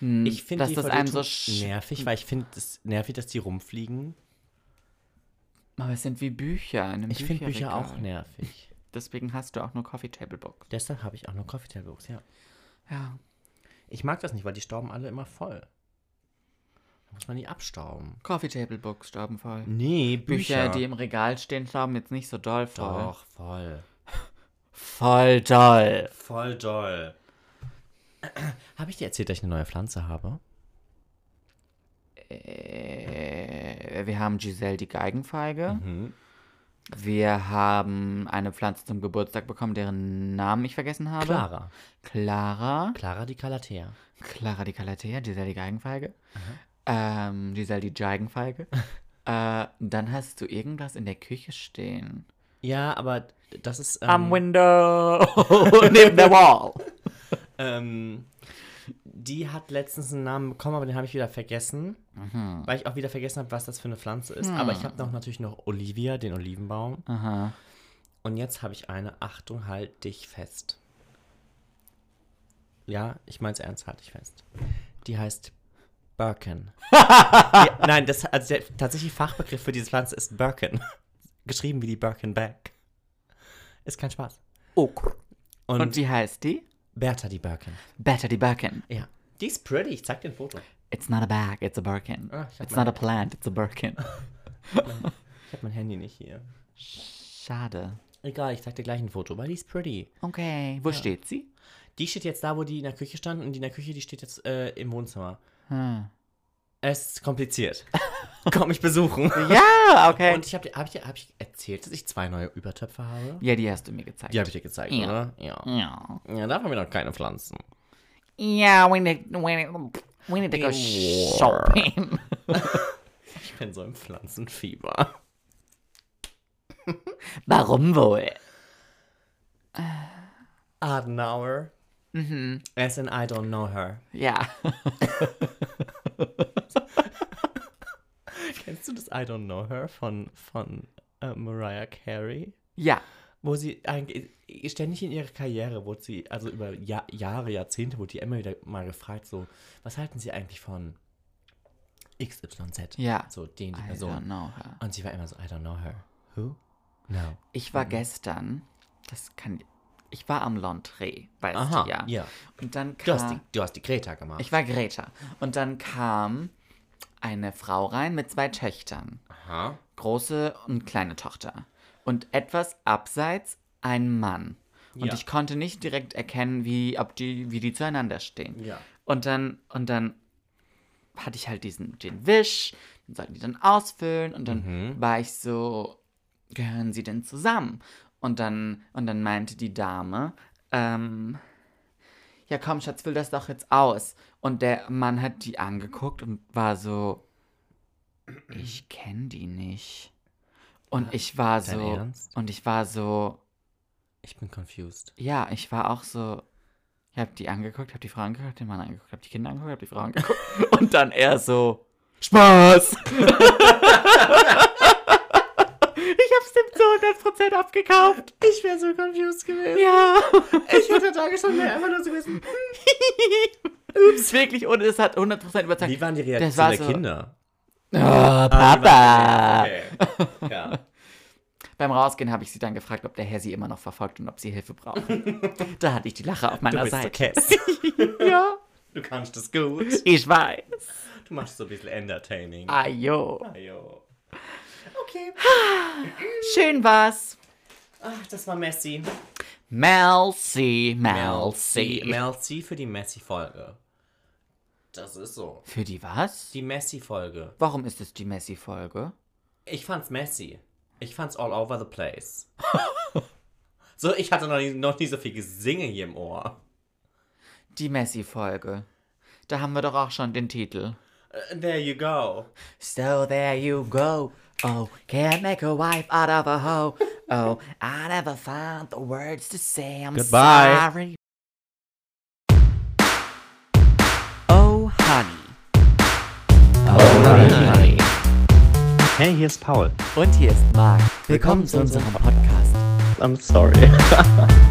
S2: Ich finde
S1: Hm, dass das
S2: DVD
S1: einem so
S2: tut
S1: sch-
S2: nervig, weil ich finde es nervig, dass die rumfliegen.
S1: Aber es sind wie Bücher. in einem
S2: Ich finde Bücher
S1: Bücherregal.
S2: auch nervig.
S1: Deswegen hast du auch nur Coffee Table Book.
S2: Deshalb habe ich auch noch Coffee Table Books, ja.
S1: Ja.
S2: Ich mag das nicht, weil die stauben alle immer voll. Da muss man die abstauben.
S1: Coffee Table Books sterben voll.
S2: Nee,
S1: Bücher, die im Regal stehen, sterben jetzt nicht so doll voll.
S2: Doch, voll.
S1: Voll doll.
S2: Voll [CLEARS THROAT] doll. Habe ich dir erzählt, dass ich eine neue Pflanze habe?
S1: Äh, wir haben Giselle die Geigenfeige.
S2: Mhm. Hm.
S1: Wir haben eine Pflanze zum Geburtstag bekommen, deren Namen ich vergessen habe.
S2: Clara.
S1: Clara.
S2: Clara die Calathea.
S1: Clara die Calathea, Giselle die Geigenfeige, ähm, Giselle die Geigenfeige. äh, dann hast du irgendwas in der Küche stehen.
S2: Ja, aber das ist. Ähm,
S1: Am Window, neben der Wall.
S2: ähm, Die hat letztens einen Namen bekommen, aber den habe ich wieder vergessen,
S1: Mhm.
S2: weil ich auch wieder vergessen habe, was das für eine Pflanze ist. Aber ich habe noch natürlich noch Olivia, den Olivenbaum.
S1: Hm. Aha.
S2: Und jetzt habe ich eine, Achtung, halt dich fest. Ja, ich meine es ernst, halt dich fest. Die heißt
S1: [LAUGHS]
S2: Birken. die, nein, das, also der tatsächliche Fachbegriff für diese Pflanze ist Birken. [LAUGHS] Geschrieben wie die Birkenback. Ist kein Spaß.
S1: Oh.
S2: Und,
S1: Und wie heißt die?
S2: Bertha die Birken.
S1: Better the Birkin.
S2: Ja. Die ist pretty, ich zeig dir ein Foto.
S1: It's not a bag, it's a Birkin.
S2: Ah, ich hab
S1: it's
S2: mein-
S1: not a plant, it's a Birkin.
S2: Ich habe mein Handy nicht hier.
S1: Schade.
S2: Egal, ich zeig dir gleich ein Foto, weil die ist pretty.
S1: Okay, wo steht sie?
S2: Die steht jetzt da, wo die in der Küche stand und die in der Küche, die steht jetzt äh, im Wohnzimmer.
S1: Hm.
S2: Es ist kompliziert. [LAUGHS] Komm mich [LAUGHS] besuchen.
S1: Ja, okay.
S2: Und ich habe hab ich, hab ich erzählt, dass ich zwei neue Übertöpfe habe?
S1: ja, die hast du mir gezeigt.
S2: Die habe ich dir gezeigt,
S1: Ja.
S2: oder? Ja.
S1: Ja.
S2: Ja, da haben wir noch keine Pflanzen.
S1: Ja, we need, we need, we need to go shopping. [LAUGHS]
S2: Ich bin so im Pflanzenfieber.
S1: Warum wohl?
S2: Adenauer. Mhm. As in I don't know her.
S1: Ja.
S2: Kennst du das I don't know her von, von äh, Mariah Carey?
S1: Ja.
S2: Wo sie eigentlich ständig in ihrer Karriere wurde sie, also über ja Jahre, Jahrzehnte wurde die immer wieder mal gefragt, so, was halten sie eigentlich von XYZ?
S1: Ja.
S2: So, den, die
S1: I don't
S2: Person.
S1: know her.
S2: Und sie war immer so, I don't know her. Who? No.
S1: Ich war gestern, das kann ich war am L'Entrée, weißt
S2: Aha,
S1: du ja.
S2: ja.
S1: Und dann
S2: Du hast, die,
S1: kam
S2: du hast die Greta gemacht.
S1: ich war Greta und dann kam eine Frau rein mit zwei Töchtern,
S2: Aha.
S1: große und kleine Tochter und etwas abseits ein Mann. Und
S2: Ja.
S1: ich konnte nicht direkt erkennen, wie ob die wie die zueinander stehen.
S2: Ja.
S1: Und dann und dann hatte ich halt diesen den Wisch, den sollten die dann ausfüllen und dann
S2: Mhm.
S1: war ich so, gehören sie denn zusammen? Und dann und dann meinte die Dame, ähm, ja komm Schatz, füll das doch jetzt aus. Und der Mann hat die angeguckt und war so, ich kenne die nicht. Und ich war
S2: Äh, Dein
S1: so
S2: Ernst?
S1: und ich war so,
S2: Ich bin confused.
S1: ja, ich war auch so. Ich habe die angeguckt, habe die Frau angeguckt, den Mann angeguckt, habe die Kinder angeguckt, habe die Frau
S2: [LAUGHS]
S1: angeguckt. Und dann er so. Spaß! ich hab's dem zu 100% abgekauft.
S2: Ich wäre so
S1: [LAUGHS]
S2: confused gewesen.
S1: Ja.
S2: Ich hätte da gestanden, wäre einfach nur so gewesen.
S1: Ups, wirklich, und es hat 100% überzeugt.
S2: Wie waren die
S1: Das war
S2: Reaktionen
S1: so-
S2: der Kinder? Ah,
S1: Oh, Ah, Papa! äh,
S2: Okay.
S1: [LAUGHS]
S2: Ja.
S1: Beim Rausgehen habe ich sie dann gefragt, ob der Herr sie immer noch verfolgt und ob sie Hilfe braucht. da hatte ich die Lache auf
S2: Du
S1: meiner
S2: bist so
S1: Seite.
S2: Cass.
S1: [LAUGHS] Ja,
S2: Du kannst das gut.
S1: ich weiß.
S2: Du machst so ein bisschen entertaining.
S1: Ajo.
S2: Ajo. Okay.
S1: Schön war's.
S2: Ach, das war Messi.
S1: Mel C, Mel
S2: Melcy.
S1: C.
S2: Melcy für die Messi-Folge. Das ist so.
S1: Für die was?
S2: Die Messi-Folge.
S1: Warum ist es die Messi-Folge?
S2: Ich fand's messy. Ich fand's all over the place. [LAUGHS] so, ich hatte noch nie, noch nie so viel Gesinge hier im Ohr.
S1: Die Messi-Folge. Da haben wir doch auch schon den Titel.
S2: Äh, There you go.
S1: So there you go. Oh, can't make a wife out of a hoe. Oh, I never found the words to say I'm
S2: Goodbye.
S1: sorry. Oh, honey. Oh, honey.
S3: Hey, here's Paul.
S1: Und hier ist Marc. Willkommen zu unserem Podcast.
S3: I'm sorry. [LAUGHS]